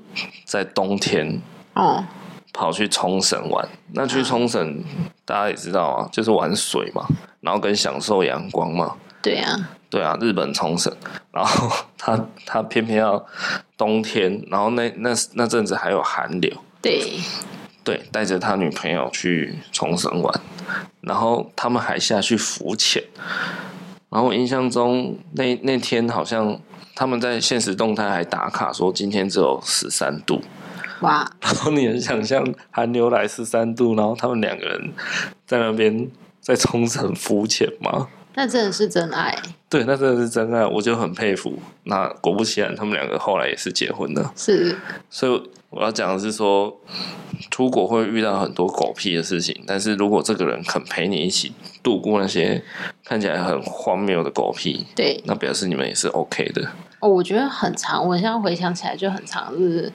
A: 在冬天
B: 哦，
A: 跑去冲绳玩。那去冲绳大家也知道啊，就是玩水嘛，然后跟享受阳光嘛。
B: 对啊，
A: 对啊，日本冲绳， 然后他他偏偏要冬天，然后那那那阵子还有寒流，
B: 对，
A: 对，带着他女朋友去冲绳玩，然后他们还下去浮潜，然后我印象中那那天好像他们在现实动态还打卡说今天只有十三度，
B: 哇，
A: 然后你能想象寒流来十三度，然后他们两个人在那边在冲绳浮潜吗？
B: 那真的是真爱，
A: 对，那真的是真爱，我就很佩服。那果不其然，他们两个后来也是结婚的。
B: 是，
A: 所以我要讲的是说，出国会遇到很多狗屁的事情，但是如果这个人肯陪你一起度过那些看起来很荒谬的狗屁，
B: 对。
A: 那表示你们也是 OK 的。
B: 哦，我觉得很长，我现在回想起来就很长，就是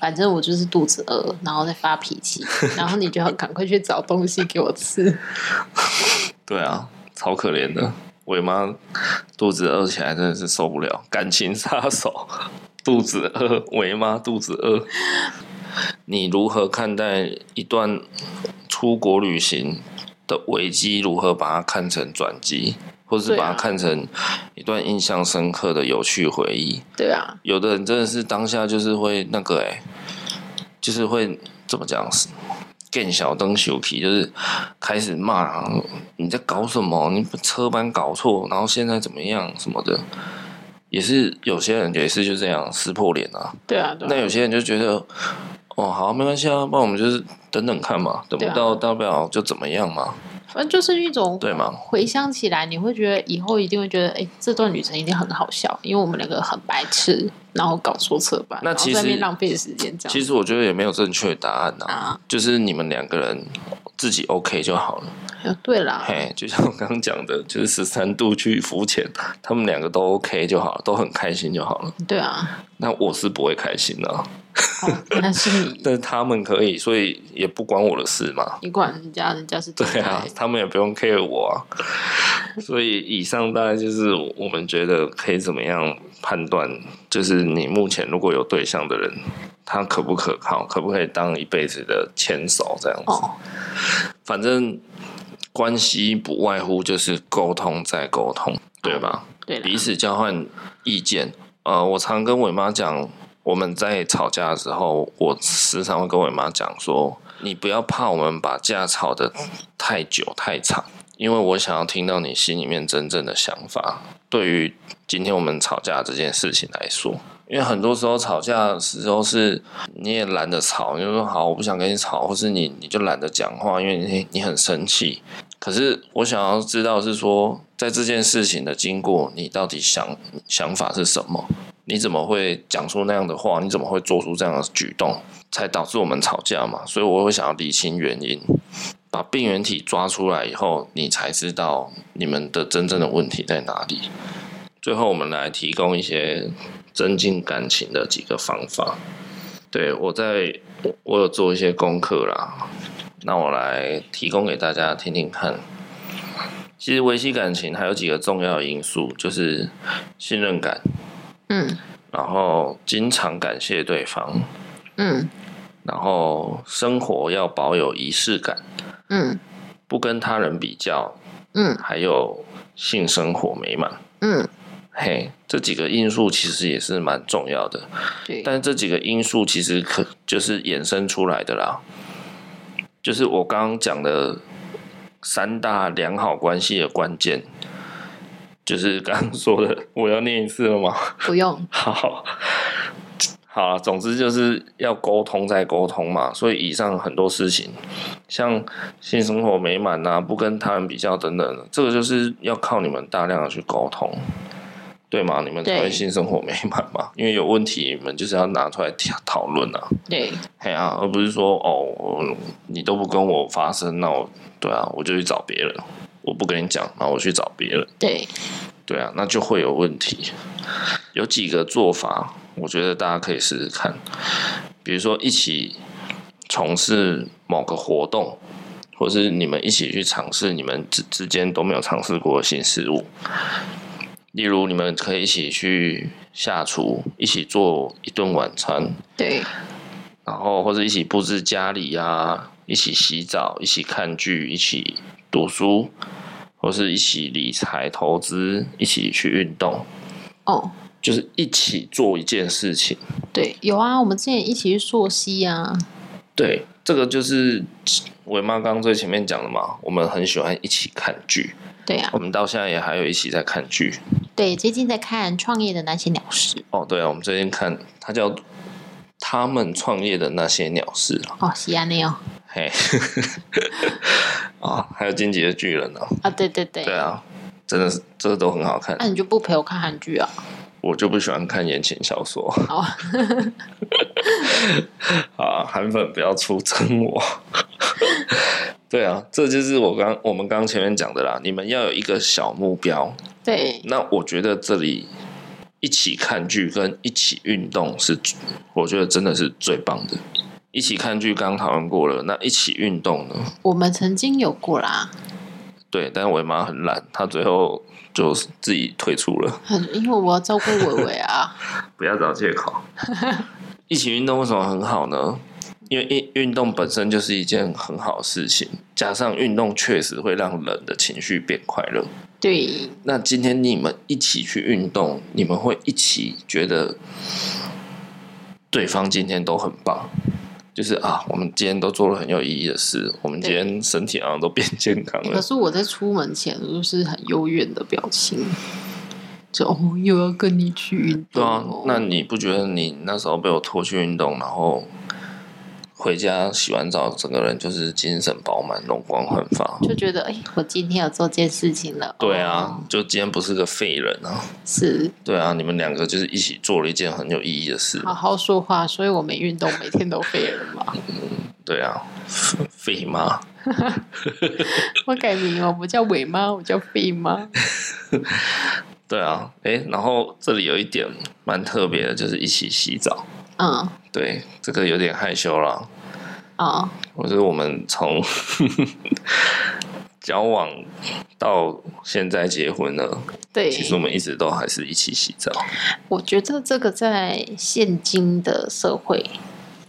B: 反正我就是肚子饿，然后再发脾 气，然后你就要赶快去找东西给我吃。
A: 对啊，超可怜的。我妈肚子饿起来真的是受不了，感情杀手， 肚子饿，我妈肚子饿。你如何看待一段出国旅行的危机？如何把它看成转机，或是
B: 对啊
A: 把它看成一段印象深刻的有趣回忆？
B: 对啊，
A: 有的人真的是当下就是会那个哎、就是会怎么讲？更小灯小皮，就是开始骂啊你在搞什么？你车班搞错，然后现在怎么样什么的，也是有些人也是就这样撕破脸啊。
B: 对啊，对
A: 那
B: 啊，
A: 有些人就觉得，哦，好，没关系啊，不然我们就是等等看嘛，等不
B: 对啊
A: 到大不了就怎么样嘛，
B: 反正就是一种
A: 对吗？
B: 回想起来，你会觉得以后一定会觉得，哎、这段旅程一定很好笑，因为我们两个很白痴，然后搞错车吧，
A: 那
B: 然后
A: 其
B: 在那边
A: 实
B: 浪费时间这样。
A: 其实我觉得也没有正确答案呐、
B: 啊，
A: 就是你们两个人自己 OK 就好了。
B: 呃对啦，
A: 嘿，就像我刚刚讲的，就是十三度去浮潜，他们两个都 OK 就好了，都很开心就好了。
B: 对啊，
A: 那我是不会开心的啊、
B: 哦，那是你，
A: 但是他们可以，所以也不关我的事嘛。
B: 你管人家，人家是真
A: 对啊
B: 爱，
A: 他们也不用 care 我啊。所以以上大概就是我们觉得可以怎么样判断，就是你目前如果有对象的人，他可不可靠，可不可以当一辈子的牵手这样子。
B: 哦，
A: 反正关系不外乎就是沟通再沟通，对吧？
B: 对
A: 彼
B: 啦，
A: 此交换意见。呃，我常跟伟妈讲，我们在吵架的时候，我时常会跟伟妈讲说，你不要怕我们把架吵得太久太长，因为我想要听到你心里面真正的想法。对于今天我们吵架这件事情来说，因为很多时候吵架的时候是你也懒得吵，你就说好我不想跟你吵，或是你你就懒得讲话，因为你你很生气。可是我想要知道是说，在这件事情的经过，你到底想想法是什么？你怎么会讲出那样的话？你怎么会做出这样的举动，才导致我们吵架嘛？所以我会想要理清原因，把病原体抓出来以后，你才知道你们的真正的问题在哪里。最后，我们来提供一些增进感情的几个方法。对我在我我有做一些功课啦，那我来提供给大家听听看。其实维系感情还有几个重要因素，就是信任感，
B: 嗯，
A: 然然后经常感谢对方，
B: 嗯
A: 然后生活要保有仪式感，
B: 嗯
A: 不跟他人比较，
B: 嗯
A: 还有性生活美满。
B: 嗯，
A: 嘿，这几个因素其实也是蛮重要的，
B: 对，
A: 但这几个因素其实可就是衍生出来的啦，就是我刚刚讲的三大良好关系的关键，就是刚刚说的，我要念一次了吗？
B: 不用，
A: 好，好啦，总之就是要沟通再沟通嘛。所以以上很多事情，像性生活美满呐、不跟他人比较等等的，这个就是要靠你们大量的去沟通，对吗？你们才会
B: 对
A: 性生活美满嘛。因为有问题，你们就是要拿出来讨讨论啊。
B: 对
A: 嘿啊，而不是说哦，我你都不跟我发生，那我对啊，我就去找别人。我不跟你讲，那我去找别人。
B: 对，
A: 对啊，那就会有问题。有几个做法，我觉得大家可以试试看，比如说一起从事某个活动，或是你们一起去尝试你们之之间都没有尝试过的新事物。例如，你们可以一起去下厨，一起做一顿晚餐，
B: 对
A: 然后或者一起布置家里呀、一起洗澡，一起看剧，一起读书，或是一起理财投资，一起去运动，
B: 哦，
A: 就是一起做一件事情。
B: 对，有啊，我们之前一起去溯溪啊，
A: 对，这个就是我妈刚刚最前面讲的嘛，我们很喜欢一起看剧，
B: 对啊
A: 我，们到现在也还有一起在看剧。
B: 对，最近在看《创业的那些鸟事》
A: 哦，对啊，我们最近看它叫《他们创业的那些鸟事》啊，
B: 哦，西安那哦，
A: 嘿， 啊、还有《进击的巨人》呢。
B: 啊，对对对，
A: 对啊，真的是这都很好看
B: 那、。你就不陪我看韩剧啊？
A: 我就不喜欢看言情小说
B: 哦，
A: 啊，韩粉不要出征我。 对啊，这就是我刚我们刚前面讲的啦。你们要有一个小目标。
B: 对
A: 那我觉得这里一起看剧跟一起运动是最，我觉得真的是最棒的。一起看剧刚讨论过了，那一起运动呢？
B: 我们曾经有过啦，
A: 对，但是我妈很懒，她最后就自己退出了。
B: 很因为我要照顾伟伟啊，
A: 不要找借 口。一起运动为什么很好呢？因为运运动本身就是一件很好的事情，加上运动确实会让人的情绪变快乐。
B: 对
A: 那今天你们一起去运动，你们会一起觉得对方今天都很棒，就是啊，我们今天都做了很有意义的事，我们今天身体好像都变健康
B: 欸
A: 了
B: 可。是我在出门前就是很幽怨的表情，就哦又要跟你去运
A: 对
B: 动、
A: 啊
B: 哦，
A: 那你不觉得你那时候被我拖去运动，然后回家洗完澡，整个人就是精神饱满、容光焕发？
B: 就觉得哎、欸我今天有做件事情了。
A: 对啊
B: 哦，
A: 就今天不是个废人啊！
B: 是
A: 对啊，你们两个就是一起做了一件很有意义的事。
B: 好好说话，所以我没运动，每天都废人嘛。
A: 对啊，废妈，
B: 我改名哦，我不叫伟妈，我叫废妈。
A: 对啊，诶，然后这里有一点蛮特别的，就是一起洗澡。
B: 嗯
A: 对，这个有点害羞啦。
B: 啊、
A: 我觉得我们从 交往到现在结婚了。
B: 对，
A: 其实我们一直都还是一起洗澡，
B: 我觉得这个在现今的社会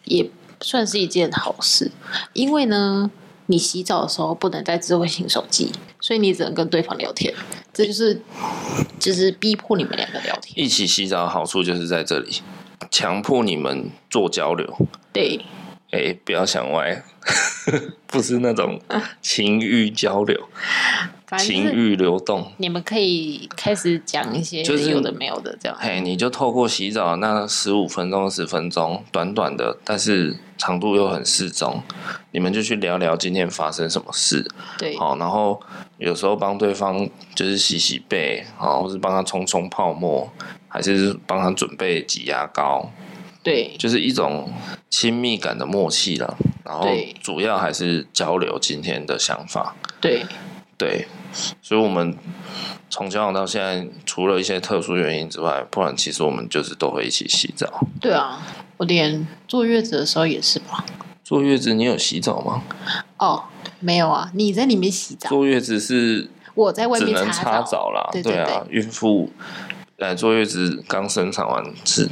B: 也算是一件好事，因为呢，你洗澡的时候不能带智慧型手机，所以你只能跟对方聊天，这就是就是逼迫你们两个聊天。
A: 一起洗澡的好处就是在这里，强迫你们做交流。
B: 对
A: 哎、不要想歪， 不是那种情欲交流，
B: 反正
A: 情
B: 就是
A: 欲流动。
B: 你们可以开始讲一些
A: 就是
B: 有的没有的这样。
A: 嘿，你就透过洗澡那十五分钟、十分钟，短短的，但是长度又很适中，你们就去聊聊今天发生什么事，
B: 对
A: 好，然后有时候帮对方就是洗洗背，好，或是帮他冲冲泡沫，还是帮他准备挤牙膏，
B: 对
A: 就是一种亲密感的默契了。然后
B: 对
A: 主要还是交流今天的想法，
B: 对
A: 对。所以我们从交往到现在，除了一些特殊原因之外，不然其实我们就是都会一起洗澡。
B: 对啊！我连坐月子的时候也是吧？
A: 坐月子你有洗澡吗？
B: 哦，没有啊，你在里面洗澡，
A: 坐月子是
B: 我在外
A: 只
B: 面
A: 能擦
B: 澡。
A: 澡啦，
B: 对
A: 对
B: 对
A: 啊，孕妇呃，坐月子刚生产完是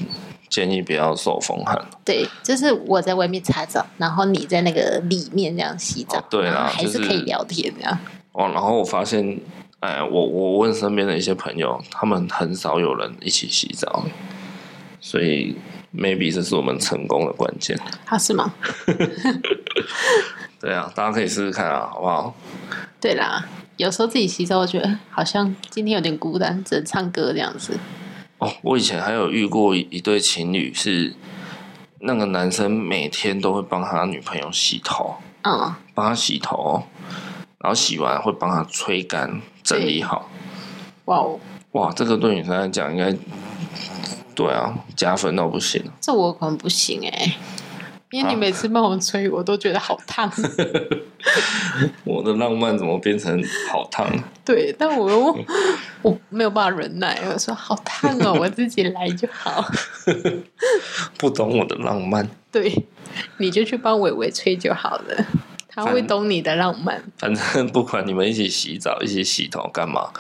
A: 建议不要受风寒。
B: 对，就是我在外面擦澡，然后你在那个里面这样洗澡，
A: 哦对啦
B: 然后还
A: 就是是
B: 可以聊天这样。
A: 哦，然后我发现，哎，我我问身边的一些朋友，他们很少有人一起洗澡，所以 maybe 这是我们成功的关键。
B: 啊，是吗？
A: 对啊，大家可以试试看啊，好不好？
B: 对啦，有时候自己洗澡，我觉得哎好像今天有点孤单，只能唱歌这样子。
A: 哦，我以前还有遇过一对情侣是。那个男生每天都会帮他女朋友洗头，
B: 嗯，
A: 帮他洗头，然后洗完会帮他吹干、整理好。
B: 哇哦，
A: 哇，这个对女生来讲应该，对啊，加分到不行。
B: 这我可能不行哎、因为你
A: 啊
B: 每次帮我吹，我都觉得好烫。
A: 我的浪漫怎么变成好烫？
B: 对，但我又我没有办法忍耐，我说好烫哦，我自己来就好。
A: 不懂我的浪漫，
B: 对，你就去帮伟伟吹就好了，他会
A: 反
B: 懂你的浪漫。
A: 反正 不管你们一起洗澡、一起洗头干嘛，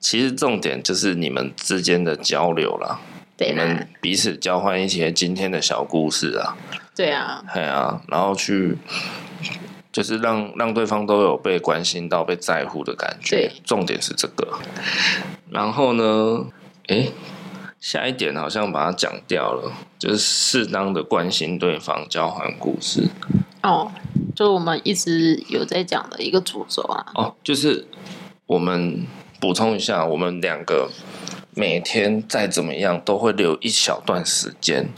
A: 其实重点就是你们之间的交流啦，
B: 对
A: 你
B: 啦
A: 们，彼此交换一些今天的小故事啊，
B: 对啊，
A: 嘿啊，然后去就是让让对方都有被关心到、被在乎的感觉
B: 对。
A: 重点是这个。然后呢，诶，下一点好像把它讲掉了，就是适当的关心对方，交换故事。
B: 哦，就我们一直有在讲的一个主轴啊。
A: 哦，就是我们补充一下，我们两个每天再怎么样都会留一小段时间，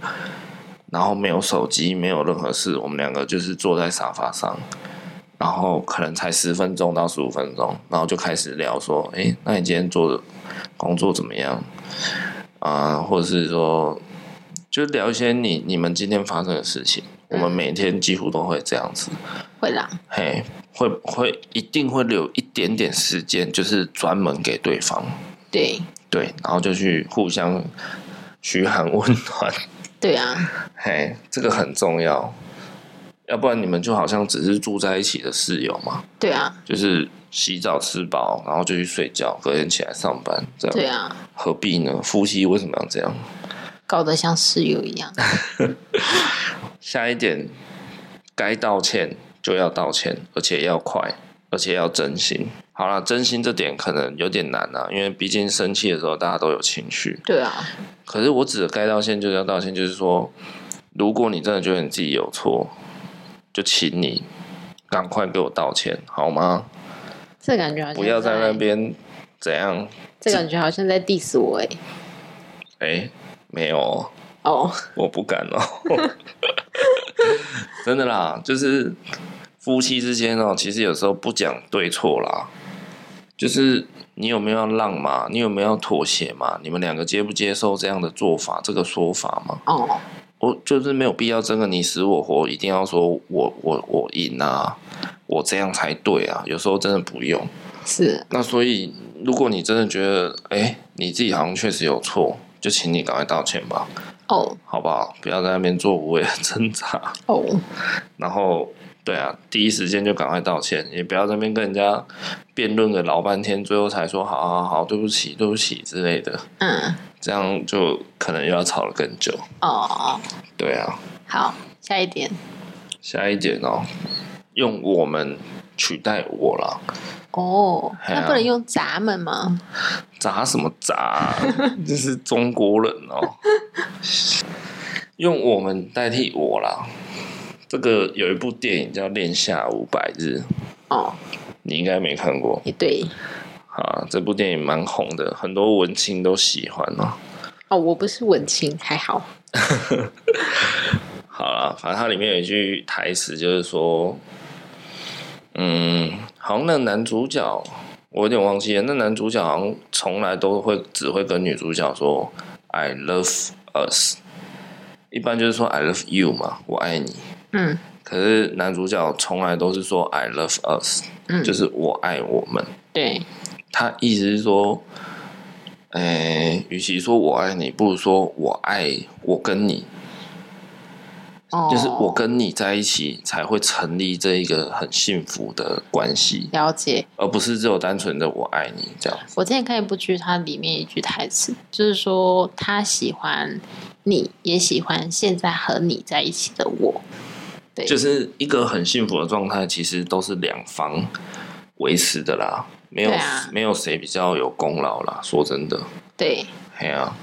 A: 然后没有手机，没有任何事，我们两个就是坐在沙发上，然后可能才十分钟到十五分钟，然后就开始聊说，诶，那你今天做的工作怎么样？啊、或者是说，就聊一些你你们今天发生的事情。我们每天几乎都会这样子，
B: 会啦，
A: 嘿，会会一定会留一点点时间，就是专门给对方，
B: 对
A: 对，然后就去互相嘘寒问暖，
B: 对啊，
A: 嘿，这个很重要，要不然你们就好像只是住在一起的室友嘛，
B: 对啊，
A: 就是洗澡吃饱，然后就去睡觉，隔天起来上班，这样
B: 对啊，
A: 何必呢？夫妻为什么要这样？
B: 搞得像室友一样。
A: 下一点，该道歉就要道歉，而且要快，而且要真心。好啦，真心这点可能有点难啊，因为毕竟生气的时候大家都有情绪。
B: 对啊，
A: 可是我指的该道歉就是要道歉，就是说，如果你真的觉得你自己有错，就请你赶快给我道歉，好吗？
B: 这感觉好像
A: 不要在那，边怎样？
B: 这感觉好像在 diss 我哎、
A: 哎、没有哦。
B: 哦，
A: 我不敢哦， 真的啦，就是夫妻之间哦，其实有时候不讲对错啦，就是你有没有要让嘛，你有没有要妥协嘛，你们两个接不接受这样的做法，这个说法嘛，
B: 哦，
A: 我就是没有必要争个你死我活，一定要说我我我赢啊，我这样才对啊，有时候真的不用。
B: 是，
A: 那所以，如果你真的觉得，哎、你自己好像确实有错，就请你赶快道歉吧。
B: 哦
A: 好不好？不要在那边做无谓的挣扎。
B: 哦，
A: 然后，对啊，第一时间就赶快道歉，也不要在那边跟人家辩论个老半天，最后才说好好好，对不起，对不起之类的，
B: 嗯，
A: 这样就可能又要吵得更久。
B: 哦，
A: 对啊，
B: 好，下一点，
A: 下一点哦，用我们取代我啦，
B: 哦，
A: 嘿啊嗯
B: 那不能用咱们吗？
A: 砸什么砸啊？这是中国人哦，用我们代替我啦。这个有一部电影叫《恋下五百日》，
B: 哦，
A: 你应该没看过
B: 也对，
A: 啊，这部电影蛮红的，很多文青都喜欢哦。
B: 哦，我不是文青，还好，
A: 好啦，反正它里面有一句台词就是说，嗯，好像那男主角，我有点忘记了，那男主角好像从来都会只会跟女主角说 “I love us”，一般就是说 “I love you” 嘛，我爱你。
B: 嗯
A: 可是男主角从来都是说 “I love us”，、
B: 嗯，
A: 就是我爱我们。
B: 对，
A: 他意思是说，呃诶、与其说我爱你，不如说我爱我跟你。
B: 哦，
A: 就是我跟你在一起才会成立这一个很幸福的关系，
B: 了解。
A: 而不是只有单纯的我爱你这样。
B: 我之前看一部剧，它里面一句台词就是说，他喜欢你，也喜欢现在和你在一起的我。对，
A: 就是一个很幸福的状态，其实都是两方维持的啦，没有、
B: 对啊
A: 没有谁比较有功劳啦。说真的，
B: 对，
A: 嘿啊，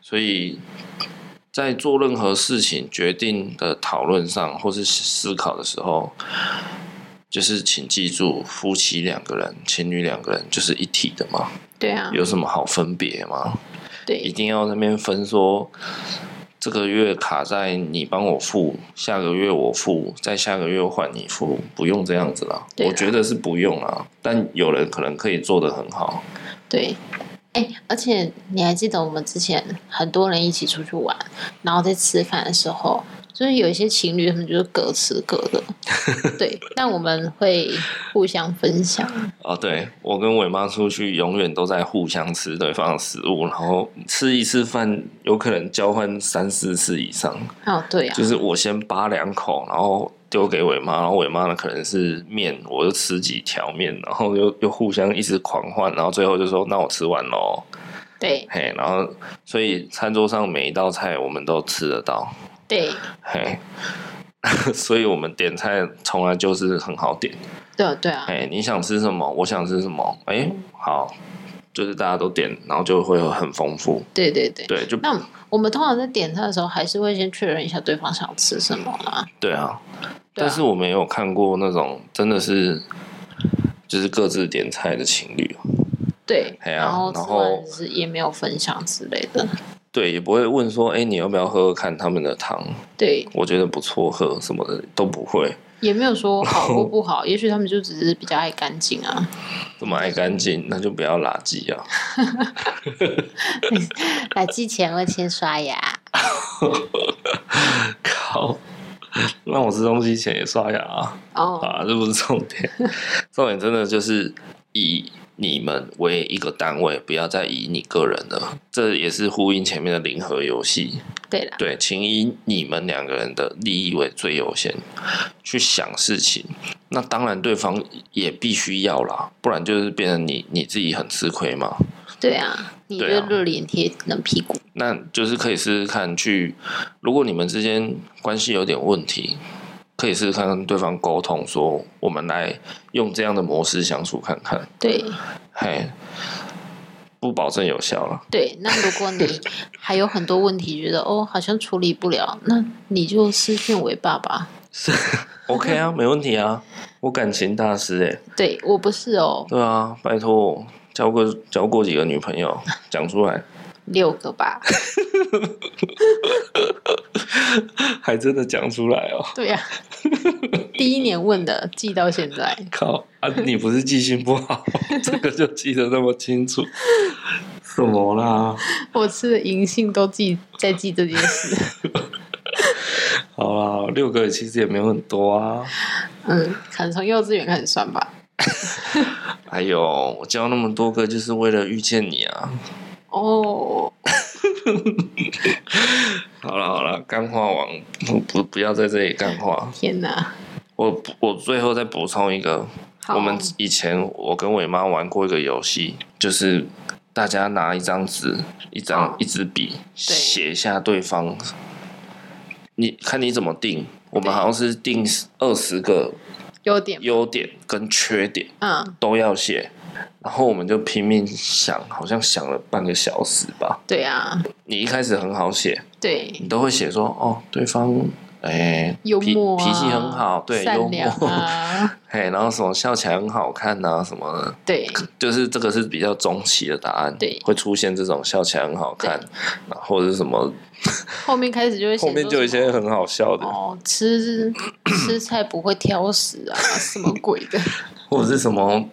A: 所以在做任何事情决定的讨论上，或是思考的时候，就是请记住，夫妻两个人、情侣两个人就是一体的嘛，
B: 对啊，
A: 有什么好分别吗？一
B: 对，
A: 定要那边分说，这个月卡在你帮我付，下个月我付，再下个月换你付，不用这样子啦。
B: 对啦
A: 我觉得是不用啦，但有人可能可以做得很好。
B: 对。哎、而且你还记得我们之前很多人一起出去玩，然后在吃饭的时候，就是有一些情侣他们就是各吃各 的，对。但我们会互相分享，
A: 哦，对我跟伟妈出去，永远都在互相吃对方的食物，然后吃一次饭有可能交换三四次以上，
B: 哦，对啊，
A: 就是我先扒两口，然后。丢给伟妈，然后伟妈呢可能是面，我就吃几条面，然后又又互相一直狂换，然后最后就说那我吃完喽，
B: 对
A: 嘿，然后所以餐桌上每一道菜我们都吃得到，
B: 对
A: 嘿， 所以我们点菜从来就是很好点，
B: 对啊对啊，
A: 哎，你想吃什么，我想吃什么，哎，
B: 嗯
A: 好，就是大家都点，然后就会很丰富，
B: 对对对。
A: 对，就
B: 那我我们通常在点餐的时候，还是会先确认一下对方想吃什么啊。
A: 对啊，
B: 对啊
A: 但是我没有看过那种真的是。就是各自点菜的情侣，哦
B: 对，
A: 哎呀
B: 然后吃
A: 然
B: 完
A: 后
B: 就是也没有分享之类的。
A: 对，也不会问说，哎、你要不要喝喝看他们的汤？
B: 对，
A: 我觉得不错喝什么的都不会，
B: 也没有说好或不好，也许他们就只是比较爱干净啊。
A: 这么爱干净，那就不要垃圾 啊。
B: 来之前会先刷牙。
A: 靠！让我吃东西前也刷牙啊！
B: 哦，
A: 啊，这不是重点，重点真的就是以你们为一个单位，不要再以你个人了。这也是呼应前面的零和游戏，
B: 对了，
A: 对，请以你们两个人的利益为最优先去想事情。那当然，对方也必须要啦，不然就是变成你你自己很吃亏嘛。
B: 对啊，你就
A: 对啊
B: 热脸贴冷屁股。
A: 那就是可以试试看去，如果你们之间关系有点问题，可以试试看跟对方沟通说，我们来用这样的模式相处看看。
B: 对
A: 嘿，不保证有效了。
B: 对，那如果你还有很多问题，觉得哦好像处理不了，那你就私讯我爸爸。
A: OK 啊，没问题啊，我感情大师哎、
B: 对我不是哦，
A: 对啊，拜托，交过交过几个女朋友，讲出来，
B: 六个吧。
A: 还真的讲出来哦。
B: 对啊呀、第一年问的，记到现在。
A: 靠啊！你不是记性不好， 这个就记得那么清楚，什么啦？
B: 我吃的银杏都记在记这件事。
A: 好啦，六个其实也没有很多啊。
B: 嗯，可能从幼稚园开始算吧。
A: 还有，哎我教那么多个就是为了遇见你啊。
B: 哦，
A: 好了好了，干话王不不不要在这里干话。
B: 天哪！
A: 我我最后再补充一个，
B: 好
A: 我们以前我跟伟妈玩过一个游戏，就是大家拿一张纸、一张
B: 哦
A: 一支笔写一下对方，你看你怎么定。我们
B: 对
A: 好像是定二十个
B: 优点，
A: 优点跟缺点，
B: 嗯，
A: 都要写，然后我们就拼命想，好像想了半个小时吧。
B: 对啊，
A: 你一开始很好写，
B: 对，
A: 你都会写说哦，对方哎、
B: 幽
A: 脾
B: 默、啊、
A: 脾气很好，对，幽
B: 善
A: 默
B: 良，啊，
A: 嘿，然后什么笑起来很好看呐、什么的，
B: 对
A: 就是这个是比较中期的答案，
B: 对
A: 会出现这种笑起来很好看，然后或者是什么，
B: 后面开始就会写
A: 后面
B: 说
A: 就有一
B: 什
A: 些
B: 么
A: 很好笑的，
B: 哦，吃吃菜不会挑 食啊，什么鬼的？
A: 或者是什么。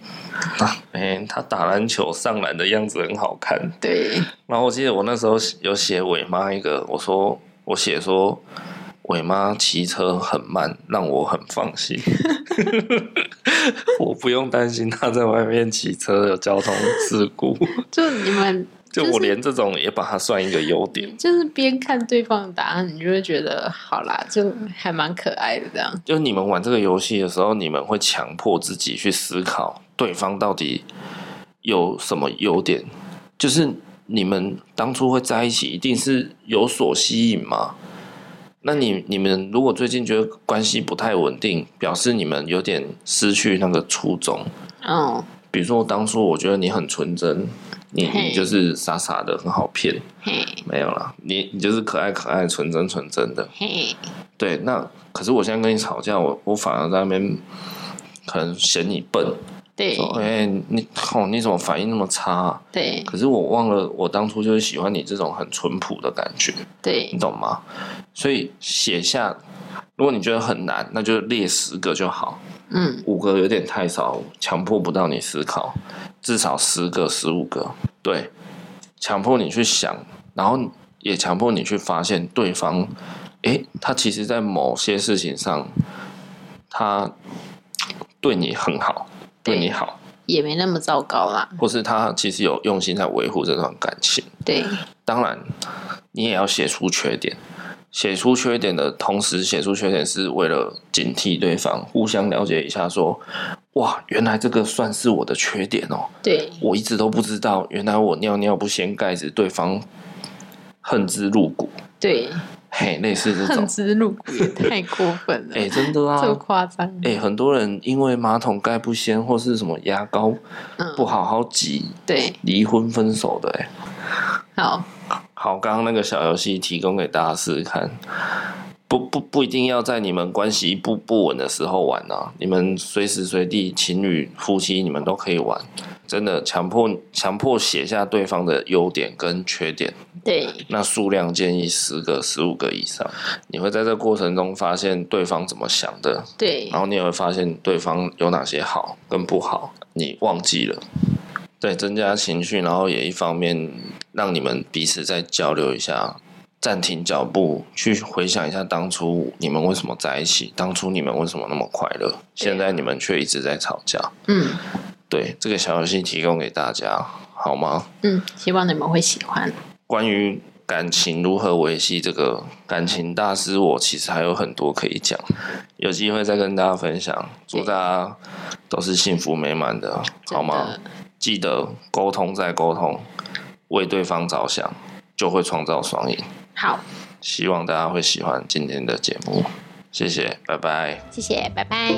A: 啊哎、他打篮球上篮的样子很好看，
B: 对
A: 然后我记得我那时候有写伟妈一个，我说我写说伟妈骑车很慢，让我很放心，我不用担心她在外面骑车有交通事故。
B: 就你们
A: 就我连这种也把它算一个优点。
B: 就是边看对方的答案，你就会觉得好啦，就还蛮可爱的这样。
A: 就你们玩这个游戏的时候，你们会强迫自己去思考对方到底有什么优点，就是你们当初会在一起，一定是有所吸引吗？那你你们如果最近觉得关系不太稳定，表示你们有点失去那个初衷。
B: 嗯，
A: 比如说，当初我觉得你很纯真，你
B: 嘿
A: 你就是傻傻的，很好骗，
B: 嘿
A: 没有啦，你你就是可爱可爱、纯真纯真的。
B: 嘿，
A: 对，那可是我现在跟你吵架，我我反而在那边可能嫌你笨，
B: 对
A: 说哎、你哦你怎么反应那么差啊、
B: 对
A: 可是我忘了，我当初就是喜欢你这种很淳朴的感觉，你
B: 对，
A: 懂吗？所以写下，如果你觉得很难，那就列十个就好，
B: 嗯，
A: 五个有点太少，强迫不到你思考，至少十个、十五个，对，强迫你去想，然后也强迫你去发现对方，诶，他其实在某些事情上，他对你很好，对你好，
B: 也没那么糟糕啦。
A: 或是他其实有用心在维护这段感情。
B: 对
A: 当然，你也要写出缺点。写出缺点的同时，写出缺点是为了警惕对方，互相了解一下说哇，原来这个算是我的缺点哦，
B: 对
A: 我一直都不知道，原来我尿尿不掀盖子，对方恨之入骨。
B: 对，
A: 嘿，类似这
B: 恨
A: 种，
B: 之入骨也太过分了，
A: 哎、真的
B: 这么
A: 啊，
B: 夸张？
A: 哎、很多人因为马桶盖不掀或是什么牙膏
B: 嗯，
A: 不好好挤，
B: 对，
A: 离婚分手的、哎。
B: 好，
A: 好，刚刚那个小游戏提供给大家试试看，不不不一定要在你们关系不不稳的时候玩啊，你们随时随地情侣夫妻你们都可以玩，真的强迫强迫写下对方的优点跟缺点，
B: 对
A: 那数量建议十个十五个以上，你会在这过程中发现对方怎么想的，
B: 对
A: 然后你也会发现对方有哪些好跟不好，你忘记了。对，增加情绪，然后也一方面让你们彼此再交流一下，暂停脚步，去回想一下当初你们为什么在一起，当初你们为什么那么快乐，现在你们却一直在吵架。
B: 嗯
A: 对，这个小游戏提供给大家，好吗？
B: 嗯，希望你们会喜欢。
A: 关于感情如何维系，这个感情大师，我其实还有很多可以讲，有机会再跟大家分享。祝大家都是幸福美满的，好吗
B: 真？
A: 记得沟通再沟通，为对方着想，就会创造双赢。
B: 好，
A: 希望大家会喜欢今天的节目，谢谢，拜拜。
B: 谢谢，拜拜。